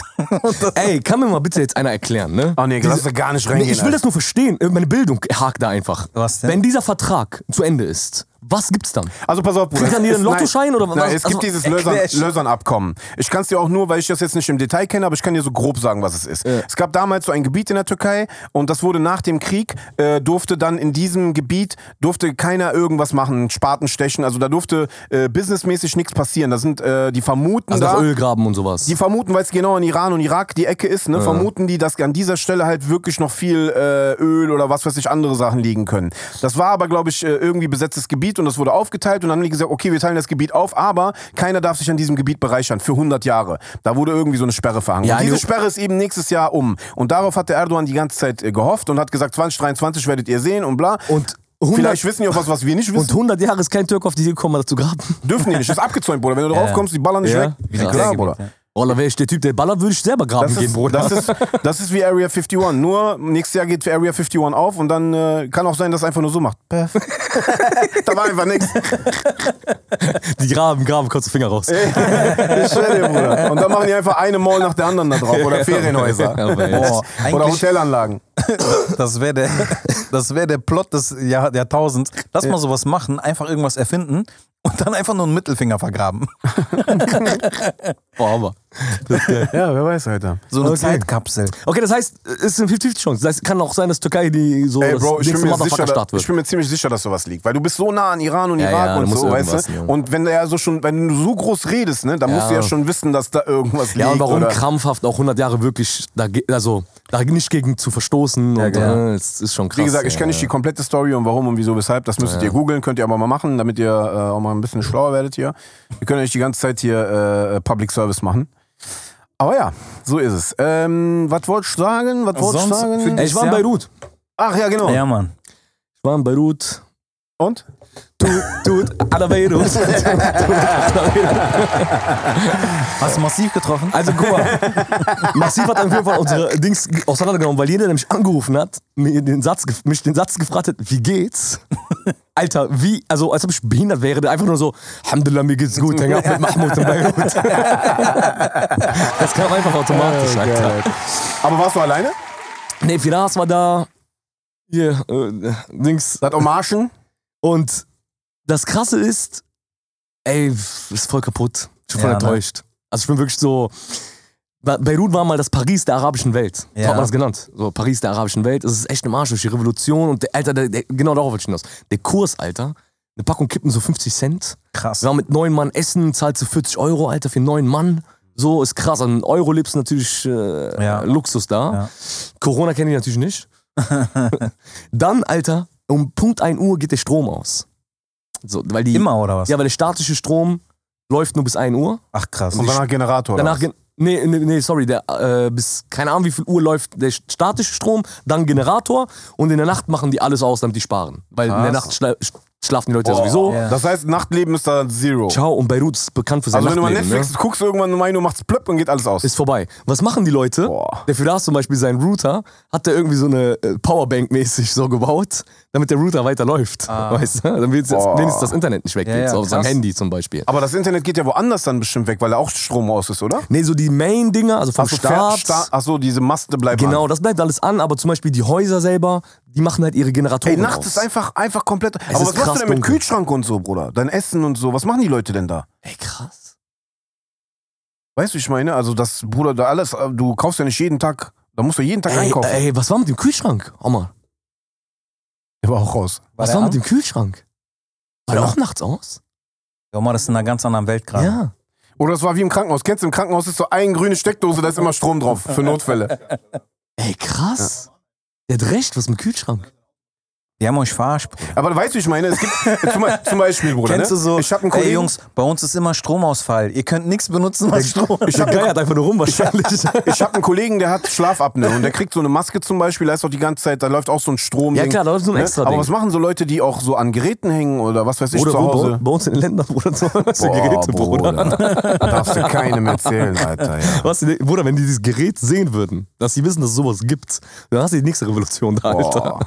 Ey, kann mir mal bitte jetzt einer erklären, ne?
Oh nee, lass da gar nicht reingehen.
Nee, ich will
Alter.
das nur verstehen. Äh, Meine Bildung hakt da einfach.
Was denn?
Wenn dieser Vertrag zu Ende ist, was gibt's dann?
Also pass auf, Bruder.
Kriegt dann
es
jeder einen
ist- nein.
Lottoschein oder was?
Nein, es
Also,
gibt dieses
erklär
Lösern,
ich.
Lösernabkommen. Ich kann es dir auch nur, weil ich das jetzt nicht im Detail kenne, aber ich kann dir so grob sagen, was es ist. Es gab damals so ein Gebiet in der Türkei und das wurde nach dem Krieg, äh, durfte dann in diesem Gebiet, durfte keiner irgendwas machen, Spaten stechen, also da durfte äh, businessmäßig nichts passieren. Da sind, äh, die vermuten
Also
da...
das Ölgraben und sowas.
Die vermuten, weil es genau in Iran und Irak die Ecke ist, ne, vermuten die, dass an dieser Stelle halt wirklich noch viel äh, Öl oder was weiß ich, andere Sachen liegen können. Das war aber, glaube ich, äh, irgendwie besetztes Gebiet und das wurde aufgeteilt und dann haben die gesagt, okay, wir teilen das Gebiet auf, aber keiner darf sich an diesem Gebiet bereichern für 100 Jahre. Da wurde irgendwie so eine Sperre verhangen.
Ja,
und diese
die-
Sperre ist eben nächstes Jahr um. Und darauf hat der Erdogan die ganze Zeit äh, gehofft und hat gesagt, 2023 werdet ihr sehen und bla.
Und 100
Vielleicht wissen die auch was, was wir nicht wissen.
und 100 Jahre ist kein Türk auf die Idee gekommen, das zu graben.
Dürfen die nicht. Das ist abgezäunt, Bruder. Wenn du drauf kommst, die ballern nicht
Ja.
weg.
Wie die
Klar,
Quergebiet,
Bruder.
ja.
Oder wäre ich der Typ, der ballert, würde ich selber graben
Das
gehen,
ist,
Bruder.
das, ist, das ist wie Area 51. Nur nächstes Jahr geht Area 51 auf und dann äh, kann auch sein, dass es einfach nur so macht. Päff. da war einfach nichts.
die graben, graben, kurz den Finger raus.
Ich schwöre dir, Bruder. Und dann machen die einfach eine Mall nach der anderen da drauf. Oder Ferienhäuser.
Ja, aber jetzt.
Boah, Oder
Eigentlich-
Hotelanlagen.
Das wäre der, das wär der Plot des Jahr, Jahrtausends. Lass mal sowas machen, einfach irgendwas erfinden und dann einfach nur einen Mittelfinger vergraben.
Boah, aber.
Ja, wer weiß, Alter.
So eine Zeitkapsel.
Okay, das heißt, es ist eine 50-50-Chance. Das heißt, kann auch sein, dass Türkei die so
Ey, Bro,
das
ich bin, mir
nächste
sicher, da-
Motherfucker-Staat wird.
ich bin mir ziemlich sicher, dass sowas liegt. Weil du bist so nah an Iran und
Ja,
Irak
ja, da
und
muss
so, weißt
irgendwas
du?
liegen.
Und wenn, der ja so schon, wenn du so groß redest, ne, dann musst du ja schon wissen, dass da irgendwas
Ja,
liegt.
und warum
oder?
krampfhaft auch 100 Jahre wirklich, da, ge- also, da nicht gegen zu verstoßen. und,
genau.
äh, es ist schon krass.
Wie gesagt, ich kenne nicht die komplette Story und warum und wieso, weshalb. Das müsstet ihr googeln, könnt ihr aber mal machen, damit ihr äh, auch mal ein bisschen schlauer werdet hier. Wir können ja nicht die ganze Zeit hier äh, Public Service machen. Aber ja, so ist es. Ähm, was wollte ich sagen? Was wollte ich
Sonst für
sagen?
die-
Ey, ich war in
Ja.
Beirut.
Ach ja, genau.
Ja, Mann.
Ich war in Beirut.
Und?
Tut, tut, Ala Beirut. Tut, Ala Beirut.
Hast du massiv getroffen?
Also guck mal, Massiv hat auf jeden Fall unsere Dings auseinandergenommen, weil jeder, der mich angerufen hat, mir den Satz, gef- mich den Satz gefragt hat, wie geht's? Alter, wie, also als ob ich behindert wäre, der einfach nur so, Alhamdulillah, mir geht's gut, häng ab mit Mahmoud in Beirut. Das kam einfach automatisch, Alter.
Aber warst du alleine?
Nee, Firas war da, hier, äh, Dings.
Das Omarschen?
Also Und das Krasse ist, ey, ist voll kaputt. Ich bin voll
Ja, ne?
enttäuscht. Also ich bin wirklich so. Be- Beirut war mal das Paris der arabischen Welt. So
Ja.
hat man das genannt. So Paris der arabischen Welt. Es ist echt eine Arsch durch die Revolution und der, Alter, der, der, genau darauf wollte ich hinaus. Der Kurs, Alter. Eine Packung Kippen so 50 Cent.
Krass.
Wir waren mit neun Mann essen, zahlst du 40 Euro, Alter, für neun Mann. So ist krass. An Euro lebst du natürlich äh,
Ja.
Luxus da.
Ja.
Corona kenne ich natürlich nicht. Dann, Alter, um Punkt 1 Uhr geht der Strom aus. So, weil die,
Immer oder was?
Ja, weil der statische Strom läuft nur bis 1 Uhr.
Ach krass.
Und danach Generator. oder
Danach, gen- nee, nee, nee, sorry, der, äh, bis keine Ahnung, wie viel Uhr läuft der statische Strom, dann Generator und in der Nacht machen die alles aus, damit die sparen. Weil in der
Krass.
Nacht schla schlafen die Leute
was?
ja sowieso.
Oh. Das heißt, Nachtleben ist da Zero.
Ciao, und Beirut ist bekannt für sein
Also wenn du mal
Nachtleben. ne?
Netflix guckst, irgendwann um 1 Uhr macht's plöpp und geht alles aus.
ist vorbei. Was machen die Leute?
Boah.
Der Firas zum Beispiel, seinen Router, hat der irgendwie so eine äh, Powerbank mäßig so gebaut, damit der Router weiterläuft. Weißt du? Dann wenigstens,
Ah. Boah.
wenigstens das Internet nicht weggeht,
Ja, ja,
so auf seinem
krass.
Handy zum Beispiel.
aber das Internet geht ja woanders dann bestimmt weg, weil da auch Strom aus ist, oder?
Nee, so die Main-Dinger, also vom
Ach so,
Staat.
Sta Achso, diese Maste bleibt an.
Genau, das bleibt alles an, aber zum Beispiel die Häuser selber, die machen halt ihre Generatoren
Ey, nachts
aus.
ist einfach, einfach komplett. aber
ist
was machst
krass
du denn mit
dunkel.
Kühlschrank und so, Bruder? Dein Essen und so, was machen die Leute denn da?
Ey, krass.
Weißt du, ich meine, also das, Bruder, da alles, äh, du kaufst ja nicht jeden Tag, da musst du jeden Tag
Ey,
einkaufen.
ey, was war mit dem Kühlschrank? Oma,
Der war auch raus.
War
was
der
war mit
an?
dem Kühlschrank? War der
Ja.
auch nachts aus?
Ja, Mann, das ist in einer ganz anderen Welt gerade.
Ja.
Oder es war wie im Krankenhaus. Kennst du, im Krankenhaus ist so eine grüne Steckdose, da ist immer Strom drauf, für Notfälle.
Ey, krass. Der hat recht, was mit dem Kühlschrank?
Die haben euch verarscht, Bruder.
Aber weißt du, wie ich meine, es gibt zum, Be- zum Beispiel, Bruder.
Kennst
ne?
du so,
Ich habe einen Kollegen.
ey Jungs, bei uns ist immer Stromausfall. Ihr könnt nichts benutzen, was Strom
Ich hab geiert einfach nur rum wahrscheinlich.
Ich habe einen Kollegen, der hat Schlafapnoe und der kriegt so eine Maske zum Beispiel, da ist auch die ganze Zeit, da läuft auch so ein Strom.
Ja, klar, da läuft so ein Extra-Ding.
Aber was machen so Leute, die auch so an Geräten hängen oder was weiß ich
Oder
zu
wo, bei,
Hause?
bei uns in den Ländern, Bruder, so was für Geräte, Bruder.
Bruder. Darfst du keinem erzählen, Alter. Ja.
Was, die- Bruder, wenn die dieses Gerät sehen würden, dass sie wissen, dass es sowas gibt, dann hast du die nächste Revolution da, Alter.
Boah.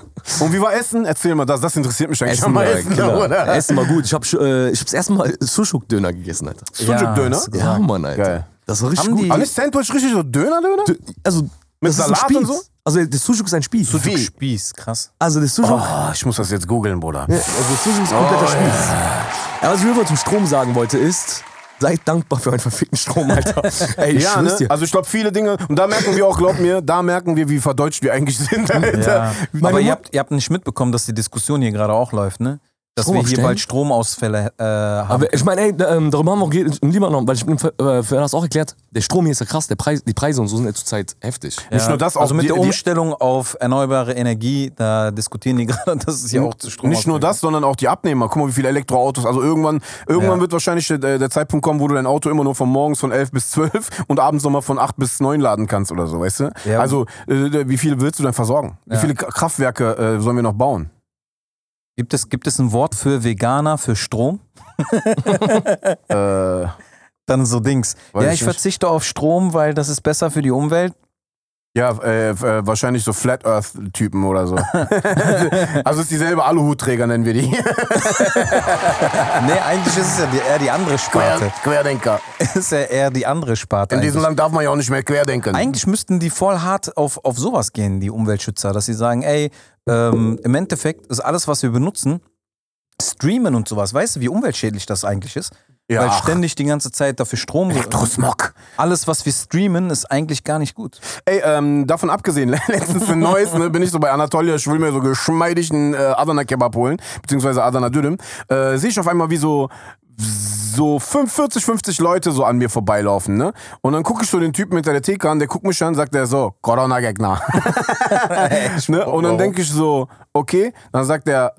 Und wie war Essen? Erzähl mal das, das interessiert mich eigentlich am meisten.
Killer.
oder?
Essen war gut. Ich hab, sch- äh, ich hab's erstmal Sushuk-Döner gegessen, Alter.
Sujuk-Döner?
hast du
Ja,
gesagt.
Mann, Alter.
Geil.
Das war richtig
Haben die-
gut.
Alles Sandwich richtig so Döner-Döner?
Dö- Also, mit
Salat und so?
Also, der Sushuk ist ein Spieß.
Wie?
Spieß, krass.
Also, der Sushuk.
Oh, ich muss das jetzt googeln, Bruder.
Also, der Sushuk ist ein kompletter Spieß. Ja, was ich mir zum Strom sagen wollte, ist, seid dankbar für euren verfickten Strom, Alter. Ey, ich
Ja, ne?
schwör's dir.
Also ich glaube viele Dinge, und da merken wir auch, glaubt mir, da merken wir, wie verdeutscht wir eigentlich sind, Alter.
Ja. Aber
Mut-
ihr habt, ihr habt nicht mitbekommen, dass die Diskussion hier gerade auch läuft, ne? Dass wir hier
Stromaufstellen?
bald Stromausfälle äh, haben.
Aber ich meine, ey, da, ähm, darüber haben wir auch geredet, lieber noch, weil ich bin, äh, für das auch erklärt, der Strom hier ist ja krass, der Preis, die Preise und so sind ja zurzeit heftig.
Nicht nur das, auch
also mit
die-
der
die-
Umstellung auf erneuerbare Energie, da diskutieren die gerade, dass es ja auch zu Strom
Nicht nur das, sondern auch die Abnehmer. Guck mal, wie viele Elektroautos. Also irgendwann, irgendwann
Ja.
wird wahrscheinlich der, der Zeitpunkt kommen, wo du dein Auto immer nur von morgens von 11 bis 12 und abends nochmal von 8 bis 9 laden kannst oder so, weißt du?
Ja.
Also äh, wie viele willst du denn versorgen? Wie
Ja.
viele K- Kraftwerke äh, sollen wir noch bauen?
Gibt es, gibt es ein Wort für Veganer, für Strom?
Äh,
Dann so Dings.
Weiß
ja,
ich
ich
nicht.
verzichte auf Strom, weil das ist besser für die Umwelt.
ja, äh, f- äh, wahrscheinlich so Flat Earth-Typen oder so. also ist dieselbe Aluhutträger nennen wir die.
nee, eigentlich ist es ja die, eher die andere Sparte.
Querdenker.
ist ja eher die andere Sparte.
In diesem
eigentlich.
Land darf man ja auch nicht mehr querdenken.
Eigentlich müssten die voll hart auf, auf sowas gehen, die Umweltschützer, dass sie sagen, ey, ähm, im Endeffekt ist alles, was wir benutzen, streamen und sowas. Weißt du, wie umweltschädlich das eigentlich ist?
Ja,
Weil
ach.
ständig die ganze Zeit dafür Strom...
Elektrosmog.
Alles, was wir streamen, ist eigentlich gar nicht gut.
Ey, ähm, davon abgesehen, letztens in Neuss ne, bin ich so bei Anatolia, ich will mir so geschmeidig einen äh, Adana-Kebab holen, beziehungsweise Adana-Dürüm. Äh, Sehe ich auf einmal, wie so so 5, 40, 50 Leute so an mir vorbeilaufen, ne? Und dann gucke ich so den Typen hinter der Theke an, der guckt mich an, sagt er so, Corona-Gegner. ne? Und dann denke ich so, okay, dann sagt er,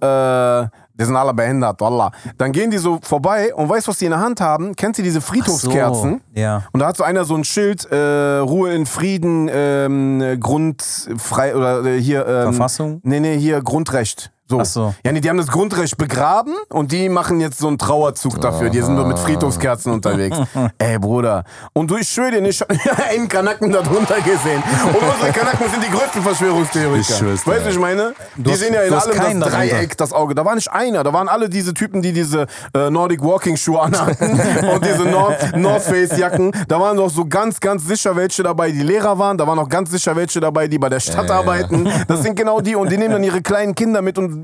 äh, die sind alle behindert, wallah. Dann gehen die so vorbei und weißt, was die in der Hand haben? Kennt ihr diese Friedhofskerzen?
So, ja.
Und da hat so einer so ein Schild, äh, Ruhe in Frieden, ähm, äh, Grundfrei oder äh, hier. Ähm,
Verfassung?
Nee, nee, hier Grundrecht. So.
Ach so.
Ja, nee, die haben das Grundrecht begraben und die machen jetzt so einen Trauerzug dafür. Die sind nur mit Friedhofskerzen unterwegs. Ey, Bruder. Und du, ich schwöre dir, nicht, ich hab einen Kanaken da drunter gesehen. Und unsere Kanaken sind die größten Verschwörungstheoretiker.
Ich schwör's dir,
weißt du,
ey.
ich meine? die
hast-
sehen ja in
du hast
allem
keinen
das
darunter.
Dreieck, das Auge. Da war nicht einer, da waren alle diese Typen, die diese äh, Nordic Walking Schuhe anhatten und diese North, North Face Jacken. Da waren noch so ganz, ganz sicher welche dabei, die Lehrer waren. Da waren noch ganz sicher welche dabei, die bei der Stadt arbeiten. Das sind genau die und die nehmen dann ihre kleinen Kinder mit und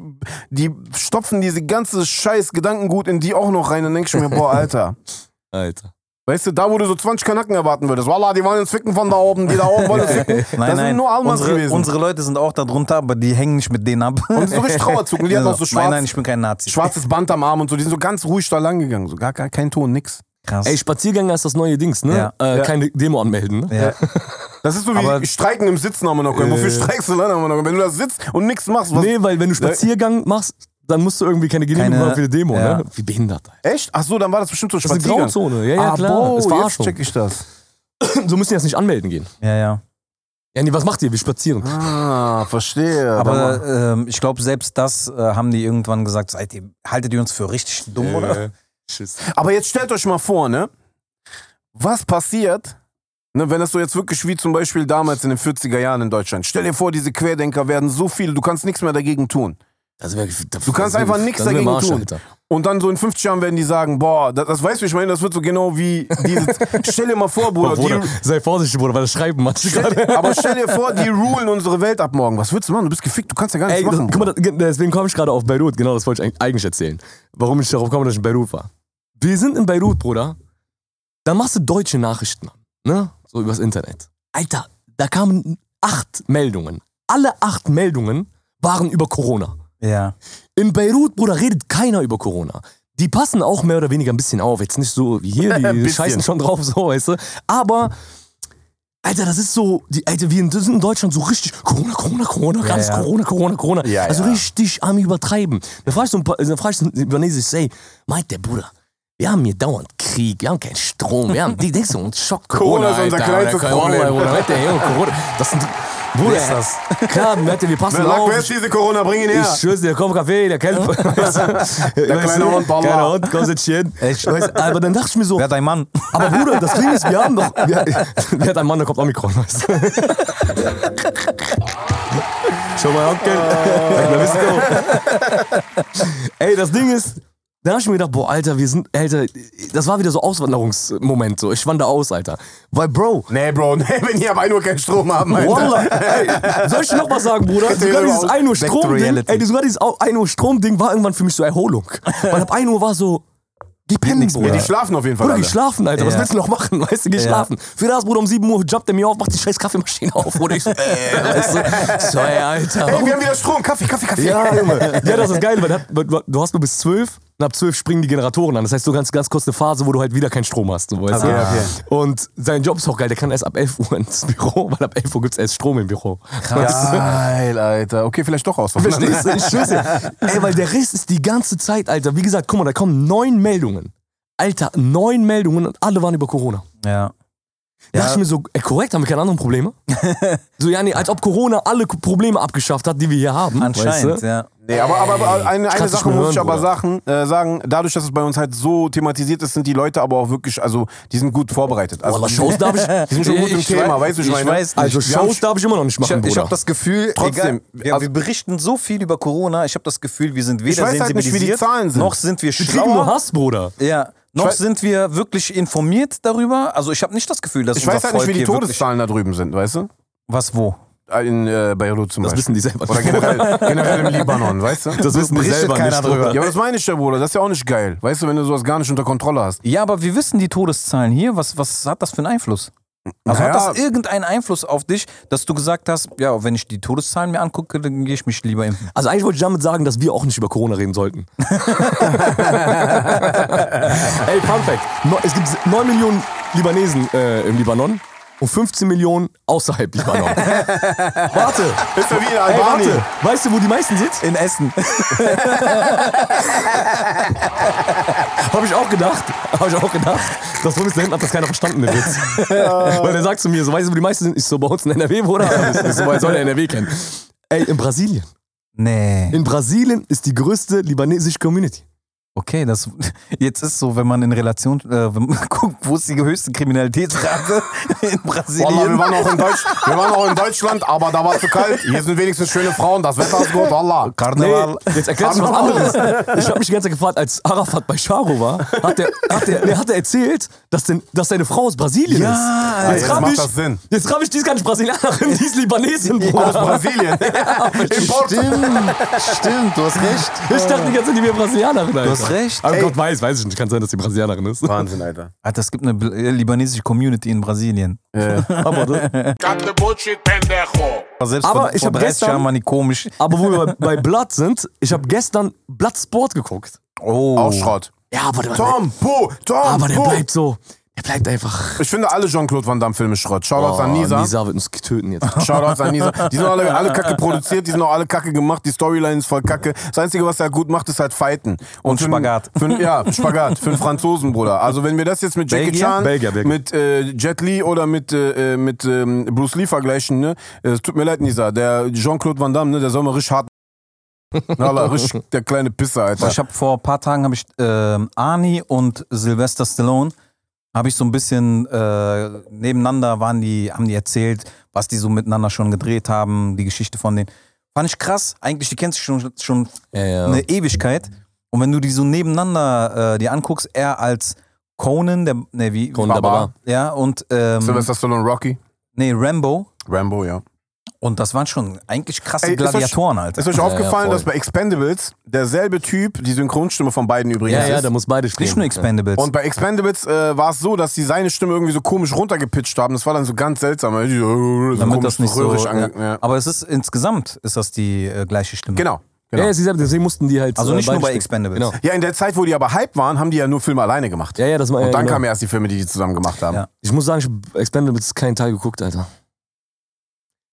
die stopfen diese ganze scheiß Gedankengut in die auch noch rein. Dann denk ich mir, boah, Alter.
Alter.
Weißt du, da wo du so 20 Kanaken erwarten würdest. Wallah, die wollen uns ficken von da oben, die da oben wollen uns ficken.
Nein,
das
nein.
sind nur Almas
unsere,
gewesen.
unsere Leute sind auch da drunter, aber die hängen nicht mit denen ab.
und so richtig Trauerzug. Und die hatten auch so schwarz,
Nein, nein, ich bin kein Nazi.
schwarzes Band am Arm und so. Die sind so ganz ruhig da lang gegangen. So gar, gar kein Ton, nix.
Krass.
Ey, Spaziergänger ist das neue Dings, ne?
Ja.
Äh,
Ja.
Keine Demo anmelden, ne?
ja.
Das ist so wie
Aber-
Streiken im Sitzen haben wir noch. können. Wofür streikst du dann haben wir noch? können? Wenn du da sitzt und nichts machst, was.
Äh. Nee, weil wenn du Spaziergang machst, dann musst du irgendwie keine Genehmigung
Keine-
haben für eine Demo,
ja.
ne? Wie behindert, Alter.
Echt? Ach so, dann war das bestimmt so ein
Das ist eine
Spaziergang.
Grauzone, ja, ja,
ah,
klar.
boah,
das war
jetzt
schon.
check ich das.
So müssen die das nicht anmelden gehen.
ja, ja.
Ja, nee, was macht ihr? Wir spazieren.
Ah, verstehe. Dann
Aber
mach-
ähm, ich glaube, selbst das äh, haben die irgendwann gesagt, seid ihr, haltet ihr uns für richtig dumm, oder?
Äh, Tschüss.
Aber jetzt stellt euch mal vor, ne? Was passiert, ne, wenn das so jetzt wirklich wie zum Beispiel damals in den 40er Jahren in Deutschland. Stell dir vor, diese Querdenker werden so viele, du kannst nichts mehr dagegen tun.
Das wär, das,
Du kannst
das wär-
einfach nichts
das wär
dagegen
Marsch,
tun.
Alter.
Und dann so in 50 Jahren werden die sagen, boah, das, das weißt du, ich meine, das wird so genau wie dieses. stell dir mal vor, Bruder,
Bruder,
die,
sei vorsichtig, Bruder, weil das Schreiben machst du gerade.
Stell- aber stell dir vor, die rulen unsere Welt ab morgen. Was willst du machen? Du bist gefickt, du kannst ja gar nichts
Ey, das,
machen.
guck mal, das- deswegen komme ich gerade auf Beirut. Genau, das wollte ich eigentlich- eigentlich erzählen. Warum ich darauf komme, dass ich in Beirut war. Wir sind in Beirut, Bruder. Da machst du deutsche Nachrichten an. Ne? So übers Internet. Alter, da kamen acht Meldungen. Alle acht Meldungen waren über Corona.
Ja.
In Beirut, Bruder, redet keiner über Corona. Die passen auch mehr oder weniger ein bisschen auf. Jetzt nicht so wie hier,
Ein
die
bisschen.
scheißen schon drauf, so, weißt du. Aber Alter, das ist so, die, Alter, wir sind in Deutschland so richtig Corona, Corona, Corona, ganz
ja.
Corona, Corona, Corona.
Ja,
also
ja.
richtig am Übertreiben. Dann fragst du ein paar, dann fragst du einen Libanesen, ich sag, ey, meint der Bruder, wir haben hier dauernd Krieg, wir haben keinen Strom, wir haben, die denkst du, uns schockt Corona.
Corona ist unser
Alter,
kleinstes
Corona,
Problem.
Corona, Alter, hey, Corona, das sind, Bruder,
Ist das?
klar, Alter, wir passen
Sag,
auf.
wer ist diese Corona? Bring ihn her.
Ich schwör's dir, der Kopfkaffee, der Kelp. der
kleine Hund, Baba.
Kleiner Hund, komm, setz dich hin.
Echt?
Weißt du, Aber dann dachte ich mir so,
Wer dein Mann?
aber Bruder, das Ding ist, wir haben doch. Wir, wer hat einen Mann, der kommt Omikron, weißt du? Schau mal, Onkel. Na, bist du. Ey, das Ding ist. Da hab ich mir gedacht, boah, Alter, wir sind, Alter, das war wieder so Auswanderungsmoment, so, ich wandere aus, Alter. Weil, Bro,
Nee, Bro, nee, wenn die ab 1 Uhr keinen Strom haben, Alter.
Wallah, ey, soll ich dir noch was sagen, Bruder? Sogar dieses 1 Uhr
Back to
Stromding,
reality.
ey, sogar dieses 1 Uhr Stromding war irgendwann für mich so Erholung. Weil ab 1 Uhr war so, geh pennen,
Ja,
Bruder.
die schlafen auf jeden Fall
Bruder,
alle.
geh schlafen, Alter. Was
Ja.
willst du noch machen? Weißt du, geh
Ja.
schlafen. Für das, Bruder, um 7 Uhr jobbt er mir auf, macht die scheiß Kaffeemaschine auf, Bruder. Ich so, äh, weißt du? So, ey, Alter.
Hey, wir haben wieder Strom. Kaffee, Kaffee, Kaffee.
Ja, Junge. Ja, das ist geil, weil du- du hast nur bis 12 und ab 12 springen die Generatoren an. Das heißt, du kannst ganz kurz eine Phase, wo du halt wieder keinen Strom hast. So, weißt
Okay,
du?
okay.
Und sein Job ist auch geil, der kann erst ab 11 Uhr ins Büro, weil ab 11 Uhr gibt es erst Strom im Büro.
Geil, Alter. Okay, vielleicht doch aus.
Verstehst du? Ich schwör's dir. Ey, weil der Rest ist die ganze Zeit, Alter. Wie gesagt, guck mal, da kommen neun Meldungen. Alter, neun Meldungen und alle waren über Corona.
Ja.
Da dachte ich mir so, ey, korrekt, haben wir keine anderen Probleme? so, ja, nee, als ob Corona alle K- Probleme abgeschafft hat, die wir hier haben.
Anscheinend,
Weißt du?
ja.
Nee, aber, aber, aber eine, eine
kann's
Sache
nicht mehr
muss ich
hören,
aber
Bruder.
sagen, äh, sagen, dadurch, dass es bei uns halt so thematisiert ist, sind die Leute aber auch wirklich, also die sind gut vorbereitet. Also
Boah, aber
die-
Shows darf ich.
die sind schon gut im
Ich
Thema,
weiß-
weißt du, ich
ich
meine?
weiß nicht.
Also
Wir haben
Shows darf ich immer noch nicht
Ich
machen,
habe
Bruder.
hab das Gefühl,
Trotzdem,
egal, wir,
also-
wir berichten so viel über Corona. Ich habe das Gefühl, wir sind weder
weiß halt nicht, wie die
sensibilisiert,
Zahlen sind.
noch sind wir
wir kriegen nur
schlauer.
Hass, Bruder.
Ja, noch
weiß-
sind wir wirklich informiert darüber. Also ich habe nicht das Gefühl, dass
ich
unser
weiß halt
Volk
nicht, wie die
hier wirklich
Todeszahlen da drüben sind, weißt du?
was wo.
In äh, Beirut zum
Das
Beispiel.
wissen die selber
Oder
nicht.
generell, generell im Libanon, weißt du?
Das wissen die
Berichtet
selber
keiner
nicht.
drüber.
ja, aber das meine ich ja, Bruder. Das ist ja auch nicht geil. Weißt du, wenn du sowas gar nicht unter Kontrolle hast.
Ja, aber wir wissen die Todeszahlen hier. Was, was hat das für einen Einfluss? Also
Naja.
hat das irgendeinen Einfluss auf dich, dass du gesagt hast, ja, wenn ich die Todeszahlen mir angucke, dann gehe ich mich lieber impfen.
Also eigentlich wollte ich damit sagen, dass wir auch nicht über Corona reden sollten. Ey, Fun Fact. Neu- Es gibt 9 Millionen Libanesen äh, im Libanon und 15 Millionen außerhalb Libanon. warte,
Ist ja wieder
ey,
Albanien.
warte. Weißt du, wo die meisten sind?
In Essen.
Hab ich auch gedacht. Hab ich auch gedacht. Das Problem ist, da hinten hat das keiner verstanden, den Witz. Weil der sagt zu mir so, weißt du, wo die meisten sind? Ich so, bei uns in NRW, Bruder. Ich so, weil soll der NRW kennen? Ey, in Brasilien.
Nee.
In Brasilien ist die größte libanesische Community.
Okay, das jetzt ist so, wenn man in Relation äh, wenn man guckt, wo ist die höchste Kriminalitätsrate in
Wallah, wir
Brasilien?
waren, auch in Deutsch, wir waren auch in Deutschland, aber da war es zu kalt. Hier sind wenigstens schöne Frauen, das Wetter ist gut, Allah.
Karneval.
Nee, jetzt erklärst du was anderes. Ich habe mich die ganze Zeit gefragt, als Arafat bei Charo war, hat er hat der, nee, hat der erzählt, dass, denn, dass seine Frau aus Brasilien
Ja,
ist.
jetzt
raff
macht
ich,
das Sinn.
Jetzt raff ich, die ist gar nicht Brasilianerin, die ist Libanesin,
Aus
Bruder.
Brasilien. Im Port.
Stimmt, stimmt, du hast recht.
Ich dachte die ganze Zeit, die wäre Brasilianerin. Alter.
hast recht.
Aber
Ey.
Gott weiß, weiß ich nicht. Kann sein, dass die Brasilianerin ist.
Wahnsinn, Alter.
Alter, es gibt eine bl- äh, libanesische Community in Brasilien.
Aber, das,
Cut the bullshit, pendejo.
Also Selbst
Aber
vor,
ich
vor
hab
30
gestern-
Jahren waren die komisch.
aber wo wir bei, bei Blood sind, ich habe gestern Blood Sport geguckt.
Oh.
Auch Schrott.
Ja, aber der,
Tom, Po, Tom,
aber der
Po.
bleibt so. Der bleibt einfach. Oh,
Ich finde alle Jean-Claude Van Damme Filme Schrott. Shoutouts an Nisa.
Nisa wird uns töten jetzt.
Shoutouts an Nisa. Die sind alle, alle kacke produziert, die sind auch alle kacke gemacht, die Storyline ist voll kacke. Das Einzige, was er gut macht, ist halt Fighten. Und, für einen-
Spagat.
Für, einen- ja, Spagat. Für einen Franzosen, Bruder. Also wenn wir das jetzt mit Jackie
Belgier?
Chan,
Belgier, Belgier.
mit äh, Jet Li oder mit, äh, äh, mit ähm, Bruce Lee vergleichen, ne? Es tut mir leid, Nisa. Der Jean-Claude Van Damme, ne? der soll mal richtig hart... Na, Alter, richtig der kleine Pisser, Alter.
Ich habe vor ein paar Tagen habe ich ähm, Arnie und Sylvester Stallone habe ich so ein bisschen äh, nebeneinander waren die haben die erzählt, was die so miteinander schon gedreht haben, die Geschichte von denen. Fand ich krass. Eigentlich die kennst du schon schon
Ja, ja.
eine Ewigkeit. Und wenn du die so nebeneinander äh, dir anguckst, er als Conan, der ne wie
Conan der Barbar.
ja und ähm,
Sylvester Stallone, Rocky.
nee Rambo
Rambo, ja.
und das waren schon eigentlich krasse
Ey, ist euch-
Gladiatoren, Alter.
Ist euch aufgefallen,
voll.
dass bei Expendables derselbe Typ die Synchronstimme von beiden übrigens
Ja, ja,
ist?
der muss beide spielen.
nicht nur Expendables.
Und bei Expendables äh, war es so, dass die seine Stimme irgendwie so komisch runtergepitcht haben. Das war dann so ganz seltsam. weil die So
damit
komisch
das nicht so.
röhrig ange-
ja.
ja.
Aber es ist insgesamt ist das die äh, gleiche Stimme.
Genau. Genau.
Ja, ja, sie selber, deswegen mussten die halt.
Also
äh,
nicht nur
beide
bei
spielen.
Expendables.
Genau.
Ja, in der Zeit, wo die aber Hype waren, haben die ja nur Filme alleine gemacht.
Ja, ja, das war
Und
ja,
dann
genau.
kamen erst die Filme, die die zusammen gemacht haben.
Ja.
Ich muss sagen, ich habe Expendables keinen Teil geguckt, Alter.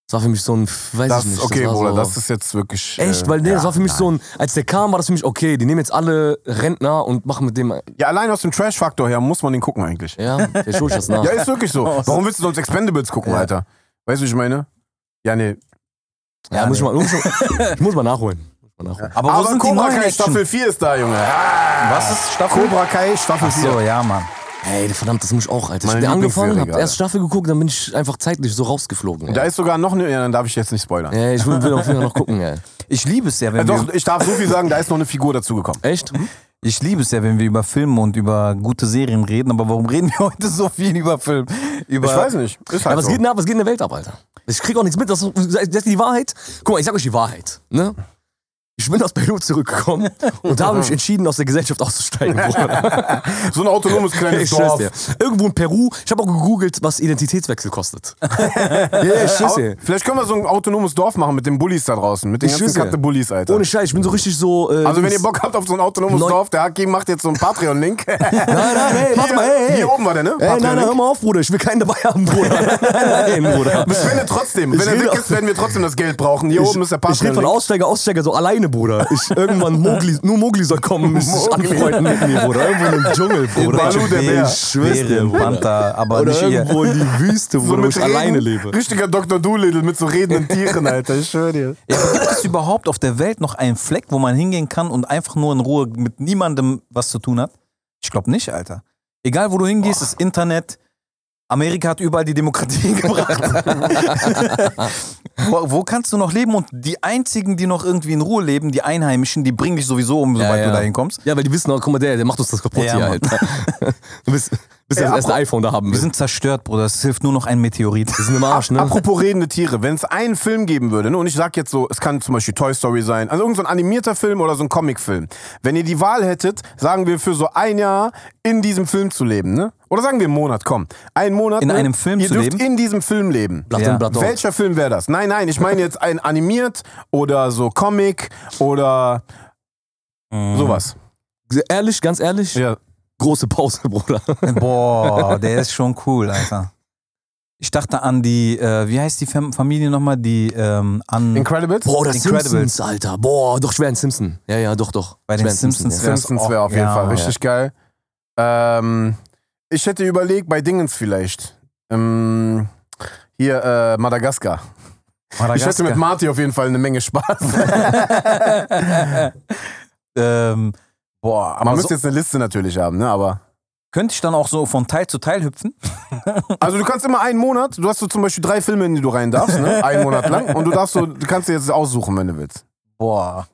Das war für mich so ein. Weiß
Das,
ich nicht.
okay,
war
Bruder,
so,
das ist jetzt wirklich.
Echt,
äh,
weil nee,
ja,
das war für mich
nein.
so ein. Als der kam, war das für mich okay. Die nehmen jetzt alle Rentner und machen mit dem.
Ja, allein aus dem Trash-Faktor her muss man den gucken eigentlich.
Ja, der schult das nach.
Ja, ist wirklich so.
Oh,
Warum willst du sonst Expendables gucken,
Ja.
Alter? Weißt du, was ich meine? Ja, nee.
Ja, muss ich, mal, muss ich, ich muss mal nachholen. Muss mal nachholen.
Aber, wo
Aber
sind die
Cobra
neuen
Kai
Action?
Staffel 4 ist da, Junge. Ah.
Was ist Staffel?
Cobra Kai Staffel
Ach
4.
so, ja, Mann.
Ey, verdammt, das muss ich auch, Alter. Ich
Meine
hab den angefangen,
Lieblingsserie
hab
gerade.
erst Staffel geguckt, dann bin ich einfach zeitlich so rausgeflogen.
Da
ey.
ist sogar noch eine. Ja, dann darf ich jetzt nicht spoilern.
Ja, ich will, will auf jeden Fall noch gucken, ey.
Ich liebe es ja,
Äh,
wenn wir,
doch, ich darf so viel sagen, da ist noch eine Figur dazugekommen.
Echt?
ich liebe es ja, wenn wir über Filme und über gute Serien reden. Aber warum reden wir heute so viel über Film? Über
Ich weiß nicht. Ist
Ja,
halt
was,
so.
geht denn ab, was geht in der Welt ab, Alter? Ich krieg auch nichts mit. Das ist, das ist die Wahrheit. Guck mal, ich sag euch die Wahrheit. Ne? Ich bin aus Peru zurückgekommen und habe mich entschieden, aus der Gesellschaft auszusteigen. Bruder.
So ein autonomes kleines
Ich schwör's
Dorf.
dir. Irgendwo in Peru. Ich habe auch gegoogelt, was Identitätswechsel kostet. Ja, ich schwör's dir.
Vielleicht können wir so ein autonomes Dorf machen mit den Bullies da draußen. Mit den
Ich
ganzen
schwöre.
Katte Bullies, Alter.
Ohne Scheiß, ich bin so richtig so. Äh,
also wenn ihr Bock habt auf so ein autonomes
Neu-
Dorf, der Hakim macht jetzt so einen Patreon-Link.
Nein, nein, hey, warte
hier,
mal, hey, hey.
hier oben war der, ne?
Ey, nein, nein, hör mal auf, Bruder. Ich will keinen dabei haben, Bruder. Nein, nein, nein, Bruder.
Wenn er trotzdem,
Ich
wenn er
will
dick
auch-
ist, werden wir trotzdem das Geld brauchen. Hier oben ist der
ich rede von
Patreon-Link.
Aussteiger, Aussteiger, so alleine, Bruder. Ich, irgendwann Mogli, nur Mogli soll kommen, mich sich
Mowgli.
anfreunden mit mir, Bruder. Irgendwo im Dschungel, Bruder.
Balu, der Bär.
Ich schwör's dir,
Bären,
Bruder.
Panther, aber
Oder
nicht ihr.
irgendwo in die Wüste, Bruder, wo ich
Reden-
alleine lebe.
Richtiger Dr. Doolittle mit so redenden Tieren, Alter. Ich schwöre dir.
Ja, aber gibt es überhaupt auf der Welt noch einen Fleck, wo man hingehen kann und einfach nur in Ruhe mit niemandem was zu tun hat? Ich glaube nicht, Alter. Egal, wo du hingehst, das Internet. Amerika hat überall die Demokratie gebracht. wo, wo kannst du noch leben? Und die einzigen, die noch irgendwie in Ruhe leben, die Einheimischen, die bringen dich sowieso um, sobald du dahin kommst.
Ja, weil die wissen auch, guck mal, der, der macht uns das kaputt
Ja,
hier,
Mann.
Alter. Du bist, bist
Ey,
das erste iPhone da haben
Wir
will.
sind zerstört, Bruder. Es hilft nur noch ein Meteorit.
Wir sind im Arsch, ne?
Apropos redende Tiere, wenn es einen Film geben würde, ne, und ich sag jetzt so, es kann zum Beispiel Toy Story sein, also irgendein so ein animierter Film oder so ein Comicfilm. Wenn ihr die Wahl hättet, sagen wir für so ein Jahr in diesem Film zu leben, ne? Oder sagen wir einen Monat, komm. Einen Monat.
In
ne?
einem Film
ihr
zu
dürft
leben?
in diesem Film leben.
Blatt
Ja.
und Blatt auf.
Welcher Film wäre das? Nein, nein, ich meine jetzt ein animiert oder so Comic oder
Mhm.
sowas.
Ehrlich, ganz ehrlich,
Ja.
große Pause, Bruder.
Boah, der ist schon cool, Alter. Ich dachte an die, äh, wie heißt die Fam Familie nochmal? Die ähm, an.
Incredibles?
Boah, das
Incredibles.
Simpsons, Alter. Boah, doch, ich wär ein Simpson. Ja, ja, doch, doch.
Bei
Ich
den
wär ein
Simpsons
ja.
wär-
Simpsons wäre auf
Ja,
jeden Fall
ja.
richtig geil. Ähm, ich hätte überlegt, bei Dingens vielleicht. Ähm, hier, äh, Madagaskar. Ich hätte mit Marty auf jeden Fall eine Menge Spaß.
ähm, boah,
Man
aber so,
müsste jetzt eine Liste natürlich haben, ne? Aber.
könnte ich dann auch so von Teil zu Teil hüpfen?
Also du kannst immer einen Monat, du hast so zum Beispiel drei Filme, in die du rein darfst, ne? Einen Monat lang. Und du darfst so, du kannst dir jetzt aussuchen, wenn du willst.
Boah.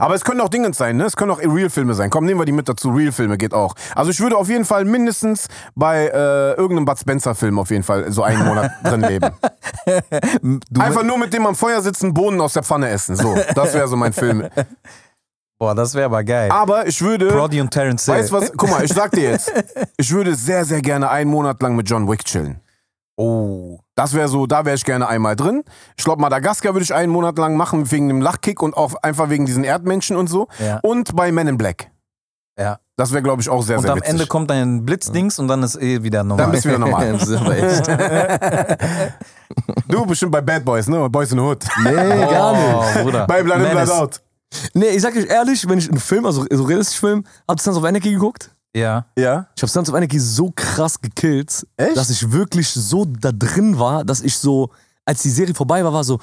Aber es können auch Dingens sein, ne? Es können auch Real-Filme sein. Komm, nehmen wir die mit dazu. Real-Filme geht auch. Also ich würde auf jeden Fall mindestens bei äh, irgendeinem Bud Spencer-Film auf jeden Fall so einen Monat drin leben.
Du,
Einfach nur mit dem am Feuer sitzen, Bohnen aus der Pfanne essen. So, das wäre so mein Film.
boah, das wäre aber geil.
Aber ich würde.
Brody und Terence Hill.
Weißt was? Guck mal, ich sag dir jetzt. Ich würde sehr, sehr gerne einen Monat lang mit John Wick chillen.
Oh.
Das wäre so, da wäre ich gerne einmal drin. Ich glaube, Madagaskar würde ich einen Monat lang machen, wegen dem Lachkick und auch einfach wegen diesen Erdmenschen und so.
Ja.
Und bei Men in Black.
Ja.
Oh, Das wäre, glaube ich, auch sehr,
Und
sehr
am
witzig.
Ende kommt dann ein Blitzdings und dann ist eh wieder normal.
Dann bist du wieder normal.
Das ist aber echt.
Du bestimmt bei Bad Boys, ne? Boys in the Hood.
Nee, gar nicht.
Oh, Bruder.
Bei Blood in, Blood
Menace.
Out.
Nee, ich sag euch ehrlich, wenn ich einen Film, also so realistischen Film, hab Sons of Anarchy geguckt.
Ja.
Ja.
Ich hab Sons of Anarchy so krass gekillt,
Echt?
dass ich wirklich so da drin war, dass ich so, als die Serie vorbei war, war so,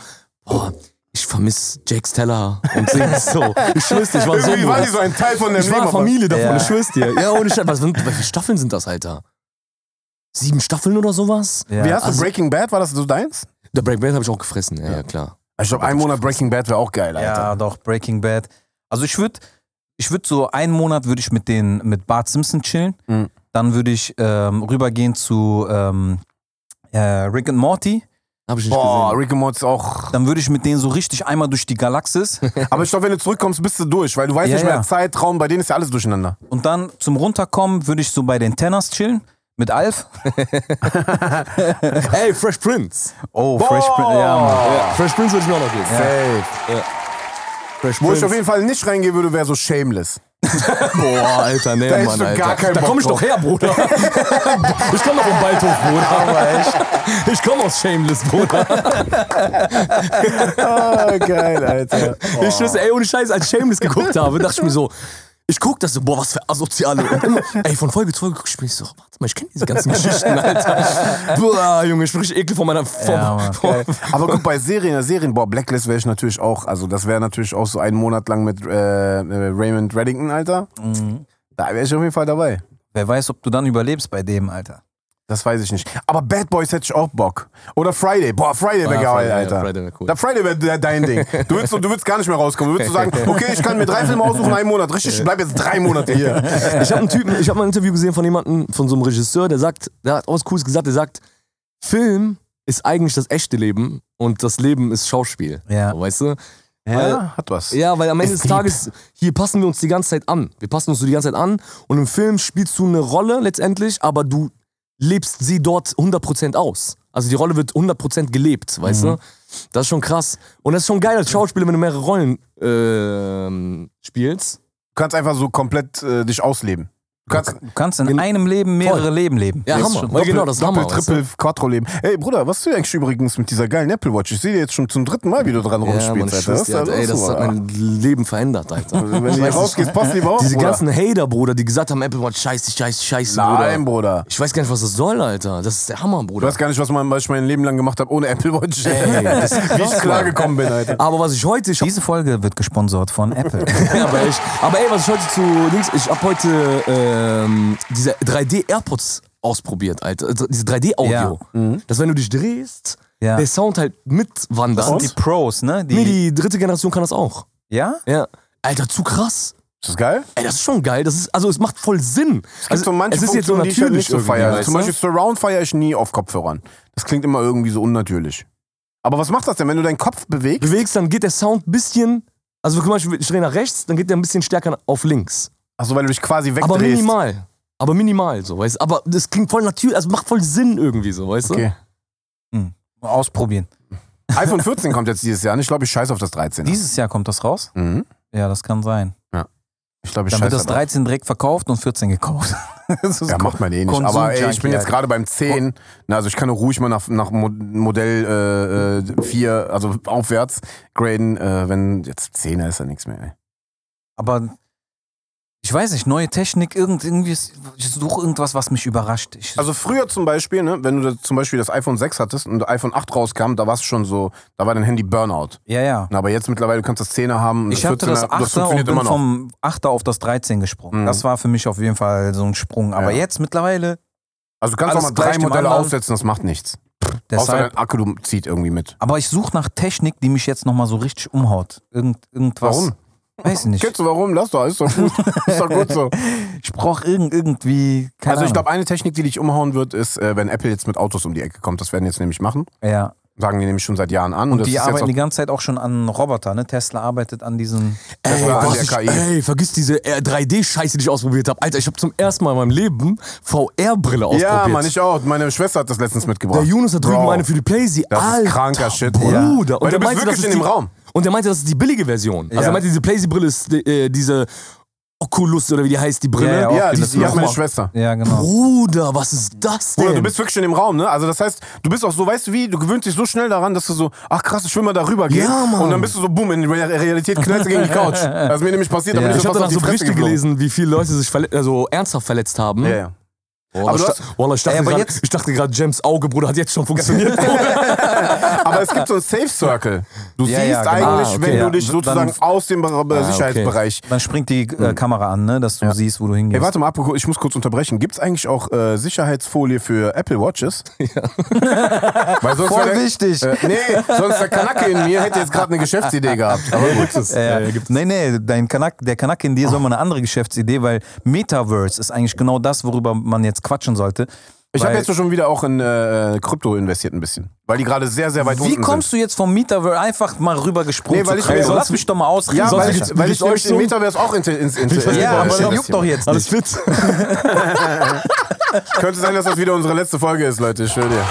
boah, ich vermisse Jake Teller und Dings so. Ich schwör's dir, ich war so.
Irgendwie war die
bewusst.
so ein Teil von deinem
ich war
Leben. aber-
Familie davon,
Ja.
ich schwör's dir. Ja, ohne Scheiß. Was, sind- wie viele Staffeln sind das, Alter? Sieben Staffeln oder sowas?
ja.
Wie hast du
also-
Breaking Bad? War das so deins?
Der Break Bad habe ich auch gefressen, ja, ja klar.
Ich glaube, ein Monat Breaking Bad wäre auch geil, Alter.
Ja, doch, Breaking Bad. Also ich würde, ich würde so einen Monat würde ich mit den, mit Bart Simpson chillen.
Mhm.
Dann würde ich ähm, rübergehen zu ähm, äh, Rick and Morty.
Hab ich nicht
Boah,
gesehen.
Rick and Morty ist auch.
Dann würde ich mit denen so richtig einmal durch die Galaxis
Aber ich glaube, wenn du zurückkommst, bist du durch, weil du weißt
Ja,
nicht mehr,
ja.
Zeitraum, bei denen ist ja alles durcheinander.
und dann zum Runterkommen würde ich so bei den Tenners chillen. Mit Alf.
Ey, Fresh Prince.
Oh,
Fresh Prince, ja, Mann.
Fresh Prince würde ich mir auch noch geben.
Safe.
Fresh
Wo ich
Prince.
auf jeden Fall nicht reingehen würde, wäre so Shameless.
Boah, Alter, nee,
Da hättest
Mann,
du gar
Alter.
keinen
da
Bock
komme ich
drauf.
doch her, Bruder. ich komme doch vom Waldhof, Bruder. Ich komme aus Shameless, Bruder.
Ah, geil, Alter.
Ich schwöre, ey, ohne Scheiß, als ich Shameless geguckt habe, dachte ich mir so, ich guck das so, boah, was für Asoziale. Und immer, ey, von Folge zu Folge guck ich mir so, warte mal, ich kenne diese ganzen Geschichten, Alter. Boah, Junge, ich sprich Ekel von meiner... Von,
Ja, Mann.
von,
Aber guck, bei Serien, Serien, boah, Blacklist wäre ich natürlich auch, also das wäre natürlich auch so einen Monat lang mit äh, äh, Raymond Reddington, Alter. Da wäre ich auf jeden Fall dabei.
Wer weiß, ob du dann überlebst bei dem, Alter.
Das weiß ich nicht. Aber Bad Boys hätte ich auch Bock. Oder Friday. Boah, Friday wäre
Ja,
geil,
Friday, ja,
Alter.
Friday wär cool.
Da Friday wäre de- dein Ding. Du würdest, du würdest gar nicht mehr rauskommen. Du würdest so sagen, okay, ich kann mir drei Filme aussuchen, einen Monat. Richtig, ich bleib jetzt drei Monate hier.
ich habe einen Typen, ich habe mal ein Interview gesehen von jemandem, von so einem Regisseur, der sagt, der hat auch was Cooles gesagt, der sagt, Film ist eigentlich das echte Leben und das Leben ist Schauspiel.
Ja.
So, weißt du?
Ja, hat was.
Ja, weil am Ende des
Ist
Tages, hier passen wir uns die ganze Zeit an. Wir passen uns so die ganze Zeit an und im Film spielst du eine Rolle letztendlich, aber du lebst sie dort 100% aus. Also die Rolle wird 100% gelebt, weißt du? Das ist schon krass. Und das ist schon geil als Schauspieler, wenn du mehrere Rollen ähm, spielst.
Du kannst einfach so komplett äh, dich ausleben. Du kannst
Du kannst in einem Leben mehrere Leben leben.
Ja,
Das ist
Hammer.
schon-
Weil genau, das ist
Doppel,
Hammer. weißt du?
Triple, Quattro leben. Ey, Bruder, was du eigentlich übrigens mit dieser geilen Apple Watch? Ich sehe jetzt schon zum dritten Mal, wie du dran
Ja, Mann,
rumspielst,
ich
Alter.
schwör's dir, Alter. halt, Ey, das
so,
hat
Alter.
mein Leben verändert, Alter.
Wenn du hier rausgehst, passt lieber auf,
Diese
Bruder.
ganzen Hater, Bruder, die gesagt haben, Apple Watch, scheiße, scheiße, scheiße,
Nein,
Bruder.
Bruder.
Ich weiß gar nicht, was das soll, Alter. Das ist der Hammer,
Du
Bruder.
weißt gar nicht, was, man, was ich mein Leben lang gemacht habe ohne Apple Watch. wie ich klar gekommen bin, Alter.
Aber was ich heute, ich hab,
Diese Folge wird gesponsert von Apple.
ja, aber, ich, aber ey, was ich heute zu links, ich hab heute ähm, diese 3D AirPods ausprobiert, Alter. Also Diese 3D Audio. Dass wenn du dich drehst,
Ja.
der Sound halt mitwandert.
Die Pros, ne? Die,
nee, die dritte Generation kann das auch.
ja?
Ja. Alter, zu krass.
Ist das geil?
Ey, das ist schon geil. Das ist, also es macht voll Sinn.
Also,
also,
so manche
es ist jetzt so
Funktionen, die ich halt nicht
natürlich
so
irgendwie, ne?
feiere.
weißt
Zum
du?
Beispiel Surround feiere ich nie auf Kopfhörern. Das klingt immer irgendwie so unnatürlich. Aber was macht das denn, wenn du deinen Kopf bewegst?
bewegst, dann geht der Sound ein bisschen. Also zum Beispiel, ich drehe nach rechts, dann geht der ein bisschen stärker auf links.
Achso, weil du dich quasi wegdrehst.
Aber minimal. Aber minimal, so, weißt du? Aber das klingt voll natürlich, also macht voll Sinn irgendwie, so, weißt du?
Okay.
Ausprobieren.
iPhone 14 kommt jetzt dieses Jahr. Und ich glaube, ich scheiße auf das 13.
Dieses Jahr kommt das raus?
Mhm.
Ja, das kann sein.
Ich glaube, ich
Dann wird
scheiße
das 13 direkt verkauft und 14 gekauft. Das ist
Ja, macht man eh nicht.
Konsum-
Aber ey, ich bin
Junkie,
jetzt gerade beim 10. Na, also ich kann ruhig mal nach, nach Mo- Modell äh, äh, 4, also aufwärts graden. Äh, wenn jetzt 10er ist, dann nichts mehr. Ey.
Aber ich weiß nicht, neue Technik, irgend, irgendwie, ist- ich suche irgendwas, was mich überrascht. Ich,
Also früher zum Beispiel, ne, wenn du da zum Beispiel das iPhone 6 hattest und iPhone 8 rauskam, da war es schon so, da war dein Handy Burnout.
ja, ja.
Na, aber jetzt mittlerweile du kannst das 10er haben. und
Ich hatte
14er,
das
und
8er und
funktioniert
bin
immer noch.
vom 8er auf das 13 gesprungen.
Mhm.
Das war für mich auf jeden Fall so ein Sprung. Aber
Ja.
jetzt mittlerweile,
Also du kannst auch
alles
mal drei
gleich dem
Modelle
anderen.
aussetzen, das macht nichts. Außer
deshalb.
dein Akku du zieht irgendwie mit.
Aber ich suche nach Technik, die mich jetzt nochmal so richtig umhaut. Irgend, irgendwas.
Warum?
Weiß ich nicht.
Kennst du warum? Lass doch, ist doch gut. ist doch gut so.
Ich brauche irgend, irgendwie. Keine
also ich
Ahnung.
glaube, eine Technik, die dich umhauen wird, ist, äh, wenn Apple jetzt mit Autos um die Ecke kommt. Das werden die jetzt nämlich machen.
Ja.
Sagen die nämlich schon seit Jahren an. Und, das
Die
ist jetzt
arbeiten
auch,
die ganze Zeit auch schon an Robotern. Ne? Tesla arbeitet an diesen.
Ey,
war an
was
der
ich,
KI.
ey, vergiss diese äh, 3D-Scheiße, die ich ausprobiert habe. Alter, ich habe zum ersten Mal in meinem Leben VR-Brille ausprobiert.
ja, Mann, ich auch. Meine Schwester hat das letztens mitgebracht.
Der Yunus hat drüben
Bro,
eine für die Playsee.
Das
Alter,
ist kranker Shit.
Bruder.
Weil du
der
bist
meinte, das
wirklich
ist
in dem
die-
Raum.
Und der meinte, das ist die billige Version. Also
Ja.
er meinte, diese Playsee-Brille ist äh, diese Oculus oder wie die heißt, die Brille.
Ja,
Ja,
Okay,
die,
das
die
mach
hat meine
mal.
Schwester.
Ja, genau.
Bruder, was ist das denn?
Bruder, du bist wirklich in dem Raum, ne? Also das heißt, du bist auch so, weißt du wie, du gewöhnst dich so schnell daran, dass du so, ach krass, ich will mal darüber gehen.
Ja, Mann.
Und dann bist du so, boom, in Re Realität knallst du gegen die Couch. Das ist mir nämlich passiert, da
Ja.
bin ich,
ich
schon
habe
fast auf
danach
die
so
Fresse
Berichte
geflogen.
gelesen, wie viele Leute sich verle- also ernsthaft verletzt haben.
Ja, ja.
Boah,
Aber
ich,
du
da- Wallah, ich dachte
Ey, aber
gerade,
jetzt-
ich dachte gerade, James Auge, Bruder, hat jetzt schon funktioniert.
Aber es gibt so einen Safe Circle. Du
Ja,
siehst
ja, genau.
eigentlich,
Ah, okay,
wenn
ja.
du dich
Dann-
sozusagen aus dem Be- Be-
Ah, okay.
Sicherheitsbereich. Hm.
Dann springt die äh, Kamera an, ne? dass du siehst, wo du hingehst.
Ey, warte mal, apropos, ich muss kurz unterbrechen. Gibt's eigentlich auch äh, Sicherheitsfolie für Apple Watches? Ja. Weil sonst
Voll
wär der-
wichtig.
Äh, nee, sonst der Kanacke in mir hätte jetzt gerade eine Geschäftsidee gehabt. Aber gut.
Ja, ja. Nee, nee, dein Kanak, der Kanak in dir ist soll mal eine andere Geschäftsidee, weil Metaverse ist eigentlich genau das, worüber man jetzt quatschen sollte.
Ich habe
Weil-
jetzt schon wieder auch in äh, Krypto investiert ein bisschen, weil die gerade sehr, sehr weit
Wie
unten
kommst du jetzt vom Metaverse einfach mal rüber gesprungen?
Nee, weil
zu
ich-
Krypto?
weil sonst-
Lass mich doch mal
sind.
ausreden.
Ja,
Sonst-
weil
geht's-
ich, weil
geht's
ich nämlich
euch
im
so?
Metaverse auch ins, ins, ins, ins
ja, aber
investiert
das
habe.
juckt doch jetzt
Alles
nicht.
fit.
Könnte sein, dass das wieder unsere letzte Folge ist, Leute. Ich schwöre dir.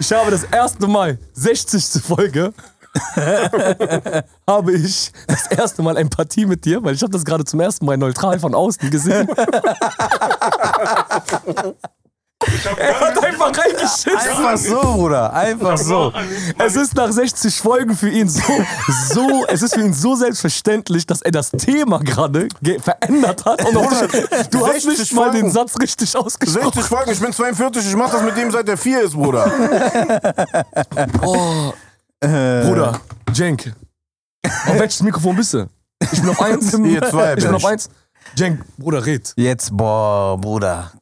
Ich habe das erste Mal, 60. Folge, habe ich das erste Mal Empathie mit dir, weil ich habe das gerade zum ersten Mal neutral von außen gesehen. er hat einfach reingeschissen.
Einfach so, Bruder. Einfach so.
Es ist nach 60 Folgen für ihn so, so, es ist für ihn so selbstverständlich, dass er das Thema gerade ge- verändert hat. Und auch nicht, du hast
60
nicht mal
Folgen.
den Satz richtig ausgesprochen.
60 Folgen, ich bin 42, ich mach das mit dem, seit der 4 ist, Bruder.
Oh.
Äh.
Bruder, Jenk. Auf welches Mikrofon bist du? Ich bin auf eins.
Ihr zwei,
ich
bin
bin
ich.
auf eins. Jenk, Bruder, red.
Jetzt, boah, Bruder.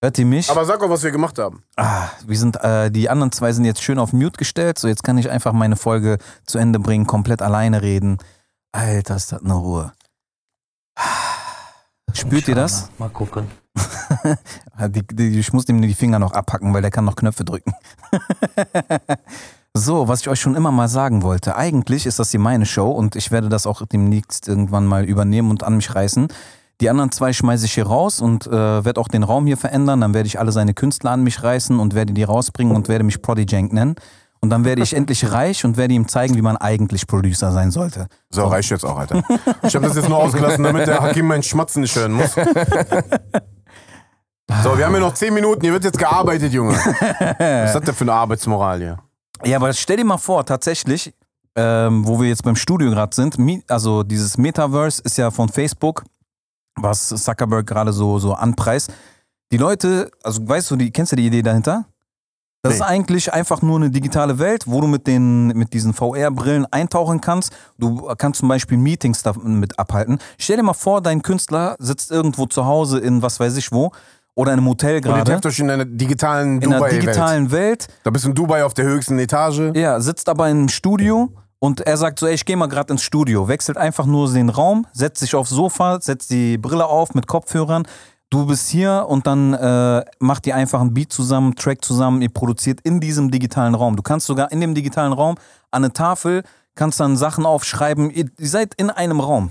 Hört ihr mich?
Aber sag auch, was wir gemacht haben.
ah, wir sind, äh, die anderen zwei sind jetzt schön auf Mute gestellt. So, jetzt kann ich einfach meine Folge zu Ende bringen, komplett alleine reden. Alter, ist das eine Ruhe. Spürt ihr das?
Ah. Mal gucken.
Ah, Die, die, ich muss dem die Finger noch abhacken, weil der kann noch Knöpfe drücken. so, was ich euch schon immer mal sagen wollte. Eigentlich ist das hier meine Show und ich werde das auch demnächst irgendwann mal übernehmen und an mich reißen. Die anderen zwei schmeiße ich hier raus und äh, werde auch den Raum hier verändern. Dann werde ich alle seine Künstler an mich reißen und werde die rausbringen und werde mich Prodijank nennen. Und dann werde ich endlich reich und werde ihm zeigen, wie man eigentlich Producer sein sollte.
So, reicht jetzt auch, Alter. Ich habe das jetzt nur ausgelassen, damit der Hakim meinen Schmatzen nicht hören muss. So, wir haben hier noch 10 Minuten, hier wird jetzt gearbeitet, Junge. Was hat der für eine Arbeitsmoral hier?
Ja, aber stell dir mal vor, tatsächlich, ähm, wo wir jetzt beim Studio gerade sind, Mi- also dieses Metaverse ist ja von Facebook, was Zuckerberg gerade so, so anpreist. Die Leute, also weißt du, die, kennst du die Idee dahinter? Das
Nee.
ist eigentlich einfach nur eine digitale Welt, wo du mit, den, mit diesen VR-Brillen eintauchen kannst. Du kannst zum Beispiel Meetings damit abhalten. Stell dir mal vor, dein Künstler sitzt irgendwo zu Hause in was weiß ich wo oder in einem Hotel
Und ihr
gerade.
trefft euch in einer digitalen
In einer
Dubai-Welt.
digitalen Welt
Da bist du in Dubai auf der höchsten Etage.
ja, sitzt aber im Studio und er sagt so, ey, ich gehe mal gerade ins Studio, wechselt einfach nur den Raum, setzt sich aufs Sofa, setzt die Brille auf mit Kopfhörern. Du bist hier und dann äh, macht ihr einfach einen Beat zusammen, Track zusammen, ihr produziert in diesem digitalen Raum. Du kannst sogar in dem digitalen Raum an eine Tafel, kannst dann Sachen aufschreiben. Ihr, ihr seid in einem Raum.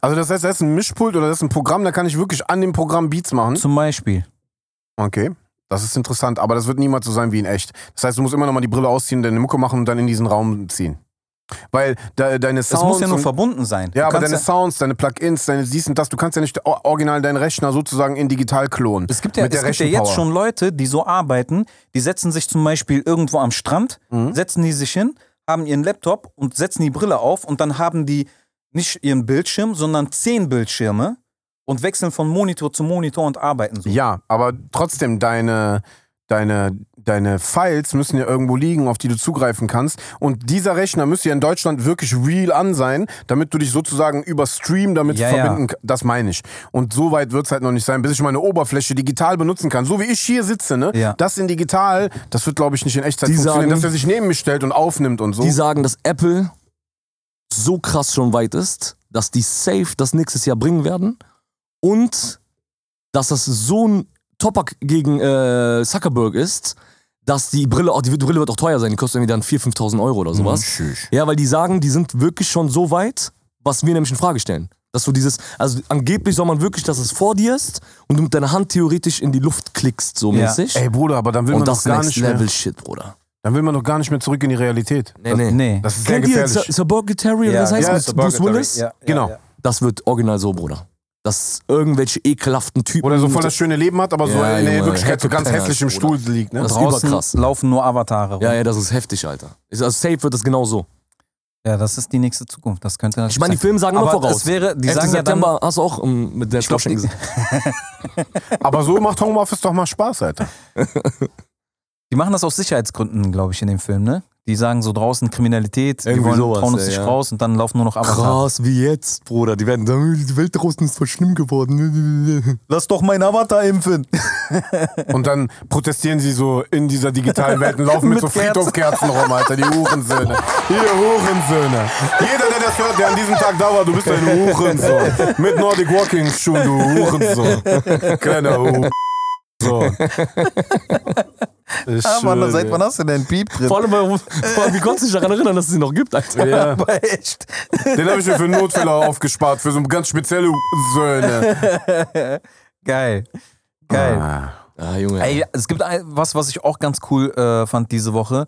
Also das heißt, da ist ein Mischpult oder das ist ein Programm, da kann ich wirklich an dem Programm Beats machen.
Zum Beispiel.
Okay, das ist interessant, aber das wird niemals so sein wie in echt. Das heißt, du musst immer nochmal die Brille ausziehen, deine Mucke machen und dann in diesen Raum ziehen. Weil de deine
Das
Sounds...
muss ja nur
und-
verbunden sein.
ja,
Du
aber
kannst
deine Sounds, deine Plugins, deine dies und das, du kannst ja nicht o- original deinen Rechner sozusagen in digital klonen.
Es gibt ja,
mit der
es gibt ja jetzt
Rechenpower.
schon Leute, die so arbeiten, die setzen sich zum Beispiel irgendwo am Strand,
Mhm.
setzen die sich hin, haben ihren Laptop und setzen die Brille auf und dann haben die nicht ihren Bildschirm, sondern zehn Bildschirme und wechseln von Monitor zu Monitor und arbeiten so.
Ja, aber trotzdem, deine, deine, deine Files müssen ja irgendwo liegen, auf die du zugreifen kannst. Und dieser Rechner müsste ja in Deutschland wirklich real an sein, damit du dich sozusagen über Stream damit
Ja,
verbinden
ja.
kannst. Das meine ich. Und so weit wird es halt noch nicht sein, bis ich meine Oberfläche digital benutzen kann. So wie ich hier sitze, ne?
Ja.
Das in digital, das wird, glaube ich, nicht in Echtzeit
Die
funktionieren,
sagen-
dass er sich neben mich stellt und aufnimmt und so.
Die sagen, dass Apple so krass schon weit ist, dass die safe das nächstes Jahr bringen werden und dass das so ein Topak gegen äh, Zuckerberg ist, dass die Brille auch, die Brille wird auch teuer sein, die kostet irgendwie dann 4.000, 5.000 Euro oder sowas.
Mhm,
Ja, weil die sagen, die sind wirklich schon so weit, was wir nämlich in Frage stellen. Dass du dieses, also angeblich soll man wirklich, dass es vor dir ist und du mit deiner Hand theoretisch in die Luft klickst, so
Ja.
mäßig.
Ey Bruder, aber dann will man
und
doch
das
gar
Next
nicht mehr.
Level Shit, Bruder.
Dann will man doch gar nicht mehr zurück in die Realität.
Nee, nee.
Nee.
Das ist sehr
Kennt ihr
gefährlich.
Sir Sir Burger Terry oder
Ja,
das heißt
ja,
mit
Sir
Bruce Willis?
Ja, ja,
Genau.
Ja.
Das wird original so, Bruder. Dass irgendwelche ekelhaften Typen.
Oder so voll das schöne Leben hat, aber so
Ja,
in der
Junge,
Wirklichkeit so ganz
Hackepenners,
hässlich im Stuhl
Bruder.
liegt. Ne?
Das ist
Draußen
überkrass.
laufen nur Avatare rum.
Ja, ja, das ist heftig, Alter. Ist- Also safe wird das genau so.
Ja, das ist die nächste Zukunft. Das könnte das
Ich meine, die
sein.
Filme sagen immer
Aber
voraus.
Es wäre, die
11.
sagen ja dann,
September hast du auch ähm, mit der
glaub,
Schlossschen
die-
gesehen.
Aber so macht Homeoffice doch mal Spaß, Alter.
Die machen das aus Sicherheitsgründen, glaube ich, in dem Film, ne? Die sagen so draußen Kriminalität, die
Irgendwie
wollen,
sowas,
trauen uns
ja,
nicht
ja.
raus und dann laufen nur noch Avatare.
Krass, wie jetzt, Bruder. Die werden sagen, die Welt draußen ist voll schlimm geworden.
Lass doch meinen Avatar impfen.
Und dann protestieren sie so in dieser digitalen Welt und laufen mit,
Mit
so Friedhofkerzen rum, Alter. Die Hurensöhne. Ihr Hurensöhne. Jeder, der das hört, der an diesem Tag da war, du bist ein Hurensohn. Mit Nordic Walking Schuhen, du Hurensohn. Kleiner Hurensohn. Ich
Ah,
schwöre dir.
hast du denn Piep drin?
Vor allem, weil- vor allem, wie konntest du dich daran erinnern, dass es sie noch gibt, Alter?
Ja.
Aber echt.
Den habe ich mir für Notfälle aufgespart, für so ganz spezielle Söhne.
Geil. Geil.
Ah.
Ah, Junge.
Ey, es gibt ein- was, was ich auch ganz cool äh, fand diese Woche,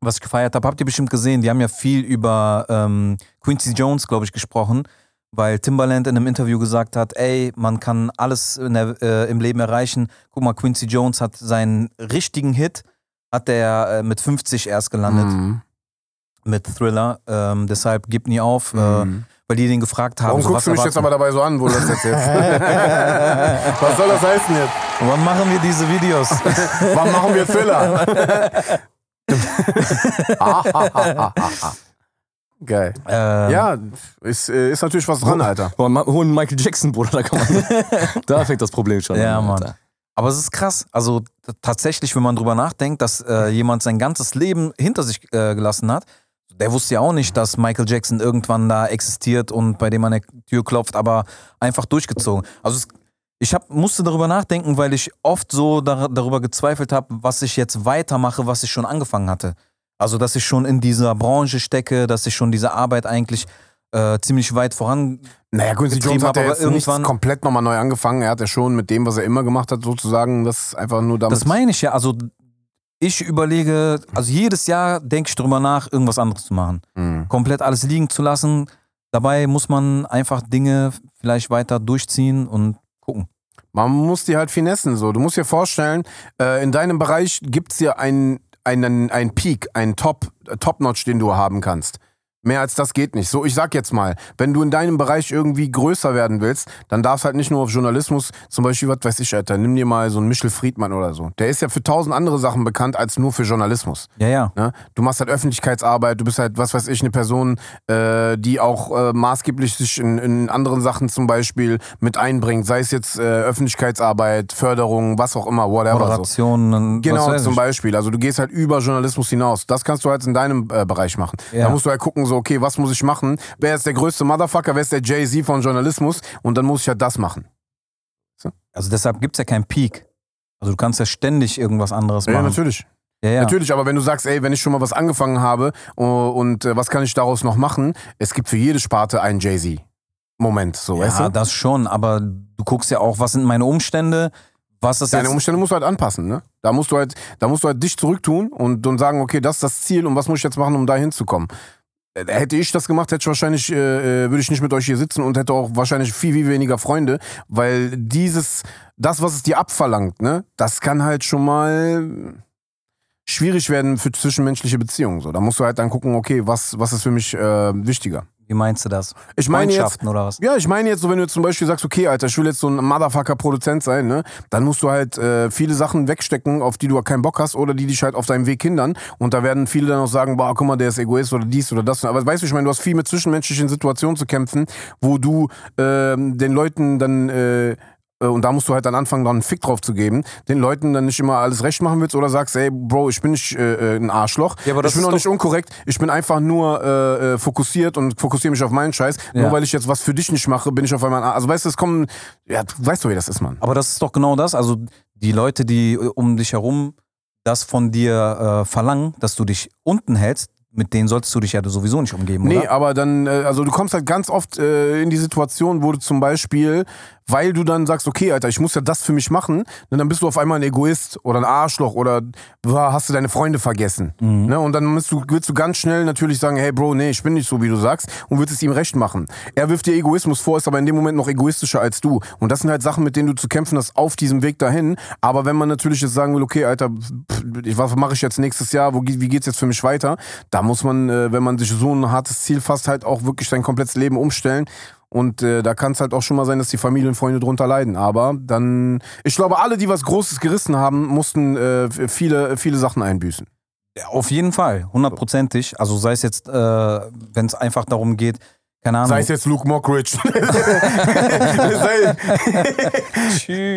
was ich gefeiert habe. Habt ihr bestimmt gesehen, die haben ja viel über ähm, Quincy Jones, glaube ich, gesprochen, weil Timbaland in einem Interview gesagt hat, ey, man kann alles in der, äh, im Leben erreichen. Guck mal, Quincy Jones hat seinen richtigen Hit, hat der äh, mit 50 erst gelandet,
Mhm.
mit Thriller. Ähm, deshalb gib nie auf, äh, weil die den gefragt haben.
Mhm. Warum
so,
guckst du
Also
mich
was
jetzt
erwarten-
aber dabei so an, wo du das jetzt Was soll das heißen jetzt?
Wann machen wir diese Videos?
Wann machen wir Thriller? Ha, ha, ha, ha, ha. Geil.
Ähm,
Ja, ist, äh, ist natürlich was dran, Alter.
Boah, ma- holen Michael Jackson, Bruder, da kann man. da fängt das Problem schon
Ja,
an.
Mann.
Alter.
Aber es ist krass. Also t- tatsächlich, wenn man drüber nachdenkt, dass äh, jemand sein ganzes Leben hinter sich äh, gelassen hat, der wusste ja auch nicht, dass Michael Jackson irgendwann da existiert und bei dem an der Tür klopft, aber einfach durchgezogen. Also es, ich hab, musste darüber nachdenken, weil ich oft so dar darüber gezweifelt habe, was ich jetzt weitermache, was ich schon angefangen hatte. Also dass ich schon in dieser Branche stecke, dass ich schon diese Arbeit eigentlich äh, ziemlich weit voran
Naja, Quincy
Getrieben
Jones hat
habe,
ja
aber
jetzt nicht
irgendwann-
komplett nochmal neu angefangen. Er hat ja schon mit dem, was er immer gemacht hat, sozusagen, das einfach nur damit.
Das meine ich ja. Also ich überlege, also jedes Jahr denke ich drüber nach, irgendwas anderes zu machen.
Mhm.
Komplett alles liegen zu lassen. Dabei muss man einfach Dinge vielleicht weiter durchziehen und gucken.
Man muss die halt finessen. So. Du musst dir vorstellen, äh, in deinem Bereich gibt's hier einen, einen, einen Peak, einen Top, äh, Top-Notch, den du haben kannst. Mehr als das geht nicht. So, ich sag jetzt mal, wenn du in deinem Bereich irgendwie größer werden willst, dann darfst halt nicht nur auf Journalismus, zum Beispiel, was weiß ich, Alter, nimm dir mal so einen Michel Friedmann oder so. Der ist ja für tausend andere Sachen bekannt als nur für Journalismus.
Ja, ja.
Ne? Du machst halt Öffentlichkeitsarbeit, du bist halt, was weiß ich, eine Person, äh, die auch äh, maßgeblich sich in, in anderen Sachen zum Beispiel mit einbringt, sei es jetzt äh, Öffentlichkeitsarbeit, Förderung, was auch immer, whatever. So.
Moderationen. was
Genau,
weiß
zum
ich.
Beispiel. Also du gehst halt über Journalismus hinaus. Das kannst du halt in deinem äh, Bereich machen.
Ja.
Da musst du halt gucken, so, okay, was muss ich machen? Wer ist der größte Motherfucker? Wer ist der Jay-Z von Journalismus? Und dann muss ich halt das machen.
Also deshalb gibt es ja keinen Peak. Also du kannst ja ständig irgendwas anderes
Ja,
machen.
natürlich.
Ja, ja.
Natürlich, aber wenn du sagst, ey, wenn ich schon mal was angefangen habe oh, und äh, was kann ich daraus noch machen, es gibt für jede Sparte einen Jay-Z. Moment, so, weißt
Ja,
du?
das schon. Aber du guckst ja auch, was sind meine Umstände? Was ist
Deine
jetzt
Umstände musst du halt anpassen, ne? Da musst du halt, da musst du halt dich zurücktun und, und sagen, okay, das ist das Ziel und was muss ich jetzt machen, um da hinzukommen? Äh, Hätte ich das gemacht, hätte ich wahrscheinlich, äh, äh, würde ich nicht mit euch hier sitzen und hätte auch wahrscheinlich viel, viel weniger Freunde, weil dieses, das, was es dir abverlangt, ne, das kann halt schon mal schwierig werden für zwischenmenschliche Beziehungen. So, da musst du halt dann gucken, okay, was, was ist für mich äh, wichtiger.
Wie meinst du das?
Ich meine jetzt,
Freundschaften oder was?
ja, ich meine jetzt so, wenn du zum Beispiel sagst, okay, Alter, ich will jetzt so ein Motherfucker-Produzent sein, ne? Dann musst du halt äh, viele Sachen wegstecken, auf die du keinen Bock hast oder die dich halt auf deinem Weg hindern. Und da werden viele dann auch sagen, boah, guck mal, der ist Egoist oder dies oder das. Aber weißt du, ich meine, du hast viel mit zwischenmenschlichen Situationen zu kämpfen, wo du ähm, den Leuten dann... Äh, äh, und da musst du halt dann anfangen, dann einen Fick drauf zu geben, den Leuten dann nicht immer alles recht machen willst oder sagst, ey, Bro, ich bin nicht äh, äh, ein Arschloch,
Ja, aber das
ich bin
ist
auch
doch-
nicht unkorrekt, ich bin einfach nur äh, äh, fokussiert und fokussiere mich auf meinen Scheiß.
Ja.
Nur weil ich jetzt was für dich nicht mache, bin ich auf einmal ein Ar- Also weißt du, es kommen, ja, du weißt du, wie das ist, Mann.
Aber das ist doch genau das. Also die Leute, die äh, um dich herum das von dir äh, verlangen, dass du dich unten hältst, mit denen solltest du dich ja sowieso nicht umgeben,
Nee,
oder?
aber dann, äh, also du kommst halt ganz oft äh, in die Situation, wo du zum Beispiel, weil du dann sagst, okay, Alter, ich muss ja das für mich machen, ne, dann bist du auf einmal ein Egoist oder ein Arschloch oder boah, hast du deine Freunde vergessen.
Mhm.
Ne? Und dann musst du, willst du ganz schnell natürlich sagen, hey Bro, nee, ich bin nicht so, wie du sagst und willst es ihm recht machen. Er wirft dir Egoismus vor, ist aber in dem Moment noch egoistischer als du. Und das sind halt Sachen, mit denen du zu kämpfen hast auf diesem Weg dahin. Aber wenn man natürlich jetzt sagen will, okay, Alter, pff, ich- was mache ich jetzt nächstes Jahr, wo, ge- wie geht's jetzt für mich weiter? Da muss man, äh, wenn man sich so ein hartes Ziel fasst, halt auch wirklich sein komplettes Leben umstellen. Und äh, da kann es halt auch schon mal sein, dass die Familie und Freunde drunter leiden. Aber dann, ich glaube, alle, die was Großes gerissen haben, mussten äh, f- viele, viele Sachen einbüßen.
äh, Auf jeden Fall, hundertprozentig. Also sei es jetzt, äh, wenn es einfach darum geht, keine Ahnung.
Sei es jetzt Luke Mockridge. sei,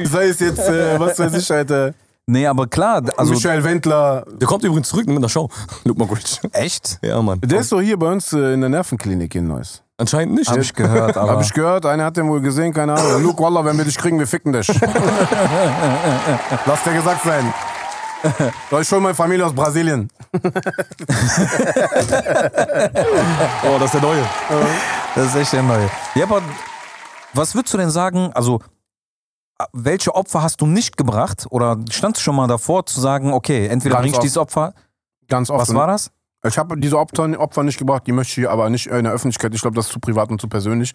sei es jetzt, äh, was weiß ich, Alter.
nee, aber klar, also
Michael Wendler.
Der kommt übrigens zurück ne, in der Show. Luke Mockridge.
echt?
Ja, Mann.
Der ist doch hier bei uns äh, in der Nervenklinik in Neuss.
Anscheinend nicht.
Habe ich gehört, aber
Hab ich gehört, einer hat den wohl gesehen, keine Ahnung. Luke Waller, wenn wir dich kriegen, wir ficken dich. Lass dir gesagt sein. Da ist schon meine Familie aus Brasilien.
Oh, das ist der Neue.
das ist echt der neue. Ja, aber was würdest du denn sagen? Also welche Opfer hast du nicht gebracht? Oder standst du schon mal davor zu sagen, okay, entweder
Ganz
bringst du
oft.
dieses Opfer.
Ganz offen.
Was war das?
Ich habe diese Opfer, Opfer nicht gebracht, die möchte ich hier aber nicht äh, in der Öffentlichkeit. Ich glaube, das ist zu privat und zu persönlich.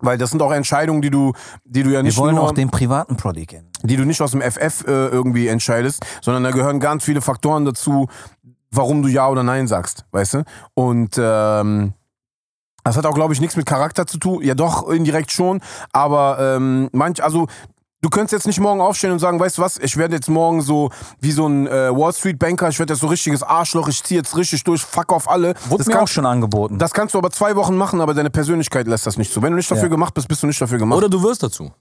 Weil das sind auch Entscheidungen, die du, die du ja
Wir
nicht
wollen
nur,
auch den privaten Prodi kennen.
die du nicht aus dem FF äh, irgendwie entscheidest, sondern da gehören ganz viele Faktoren dazu, warum du ja oder nein sagst, weißt du? Und ähm, das hat auch, glaube ich, nichts mit Charakter zu tun. Ja, doch, indirekt schon. Aber ähm, manch, also du könntest jetzt nicht morgen aufstehen und sagen, weißt du was, ich werde jetzt morgen so wie so ein äh, Wall Street Banker, ich werde jetzt so richtiges Arschloch, ich ziehe jetzt richtig durch, fuck auf alle.
Wurde
das,
mir auch
kannst,
schon angeboten.
das kannst du aber zwei Wochen machen, aber deine Persönlichkeit lässt das nicht zu. Wenn du nicht dafür
Ja.
gemacht bist, bist du nicht dafür gemacht.
Oder du wirst dazu.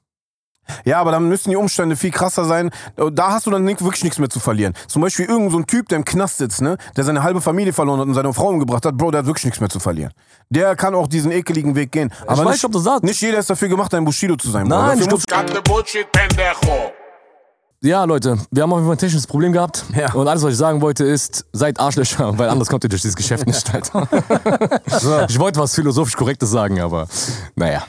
Ja, aber dann müssen die Umstände viel krasser sein. Da hast du dann nicht- wirklich nichts mehr zu verlieren. Zum Beispiel irgendein so ein Typ, der im Knast sitzt, ne, der seine halbe Familie verloren hat und seine Frau umgebracht hat, Bro, der hat wirklich nichts mehr zu verlieren. Der kann auch diesen ekeligen Weg gehen. Aber
weiß,
nicht,
ob das sagt.
nicht jeder ist dafür gemacht, ein Bushido zu sein. Bro.
Nein,
dafür
ich
musst-
Cut the bullshit, pendejo.
Ja, Leute, wir haben auf jeden Fall ein technisches Problem gehabt.
Ja.
Und alles, was ich sagen wollte, ist, seid Arschlöcher, weil anders kommt ihr durch dieses Geschäft nicht, Alter. Ich wollte was philosophisch Korrektes sagen, aber naja.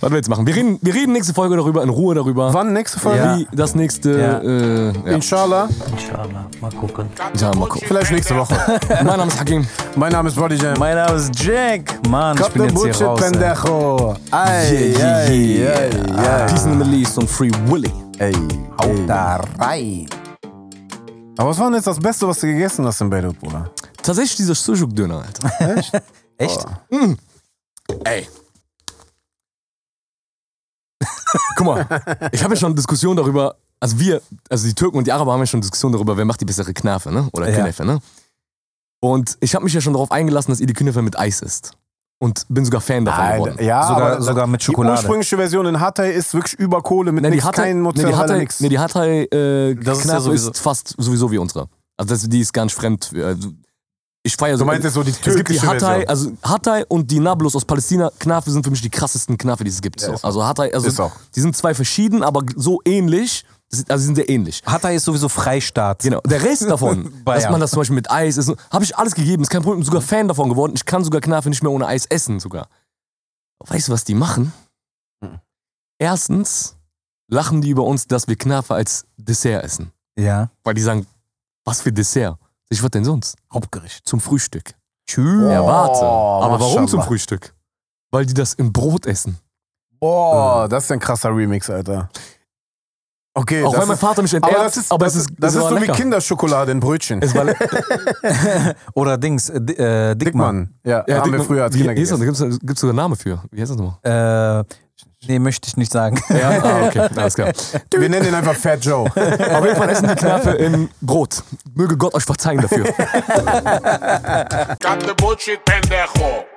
Was wir jetzt machen? Wir reden, wir reden nächste Folge darüber, in Ruhe darüber.
wann nächste Folge?
Ja.
Wie das nächste.
Ja.
Äh, ja.
Inshallah.
Inshallah. Mal gucken.
Cut
Ja,
the
mal
bullshit,
Vielleicht nächste
pendejo.
Woche.
Mein Name ist Hakim.
mein Name ist Brody Jam.
Mein Name ist Jack. Mann, ich
Captain
bin jetzt
Bullshit
hier raus. ey.
Pendejo. Ei,
Yeah, yeah,
ei,
yeah.
ei, ei.
Peace in the Middle East und Free Willy.
Ey, ey.
Da rein.
Aber was war denn jetzt das Beste, was du gegessen hast in Beirut, Bruder?
Tatsächlich dieser Sujuk-Döner, Alter.
Echt?
Ey. Guck mal, ich habe ja schon Diskussionen darüber, also wir, also die Türken und die Araber haben ja schon Diskussionen darüber, wer macht die bessere Knafe, ne? Oder
Ja.
Knäfe, ne? Und ich habe mich ja schon darauf eingelassen, dass ihr die Knöpfe mit Eis isst. Und bin sogar Fan davon geworden.
Alter, ja,
Sogar-
aber
sogar mit
Die
Schokolade.
ursprüngliche Version in Hatay ist wirklich über Kohle mit
Nee, die
nichts,
Hatay,
kein
nee, die
Mozzarella,
Hatay,
nix.
nee, die Hatay äh,
Das ist
Knafe
ja
ist,
sowieso-
fast sowieso wie unsere. Also das, die ist ganz fremd. äh, Ich feiere so.
Du meinst jetzt so die
es gibt die
türkische
Hatay,
Version.
also Hatay und die Nablus aus Palästina Knafe sind für mich die krassesten Knafe, die es gibt. so. Also Hatay, also
Ist auch.
die sind zwei verschieden, aber so ähnlich. Das sind- Also die sind sehr ähnlich.
Hatay ist sowieso Freistaat.
Genau. Der Rest davon, dass
Bayern.
man das zum Beispiel mit Eis ist, habe ich alles gegeben. Ist kein Problem. Bin sogar Fan davon geworden. Ich kann sogar Knafe nicht mehr ohne Eis essen sogar. Weißt du, was die machen?
Mhm.
Erstens lachen die über uns, dass wir Knafe als Dessert essen.
Ja.
Weil die sagen, was für Dessert? Ich was denn sonst?
Hauptgericht.
Zum Frühstück.
Tschüss.
Ja, warte. Aber warum
Maschallah.
zum Frühstück? Weil die das im Brot essen.
Boah, das ist ein krasser Remix, Alter. Okay,
Auch
das
weil mein
ist,
Vater mich entehrt,
aber
aber,
das ist,
es
das,
ist,
das
es
ist
war
so
lecker.
wie Kinderschokolade in Brötchen.
Es war le
Oder Dings, äh, D- äh, Dickmann.
Dickmann. Ja,
Ja,
haben
Dickmann-
wir früher als
wie,
Kinder
wie ist das?
gegessen.
Da gibt's, da gibt's sogar einen Namen für. Wie heißt das nochmal?
Äh, nee, möchte ich nicht sagen.
Ja, ah, okay, alles klar.
Wir nennen ihn einfach Fat Joe.
Auf jeden Fall essen die Knafe im Brot. Möge Gott euch verzeihen dafür.
Cut the bullshit, pendejo.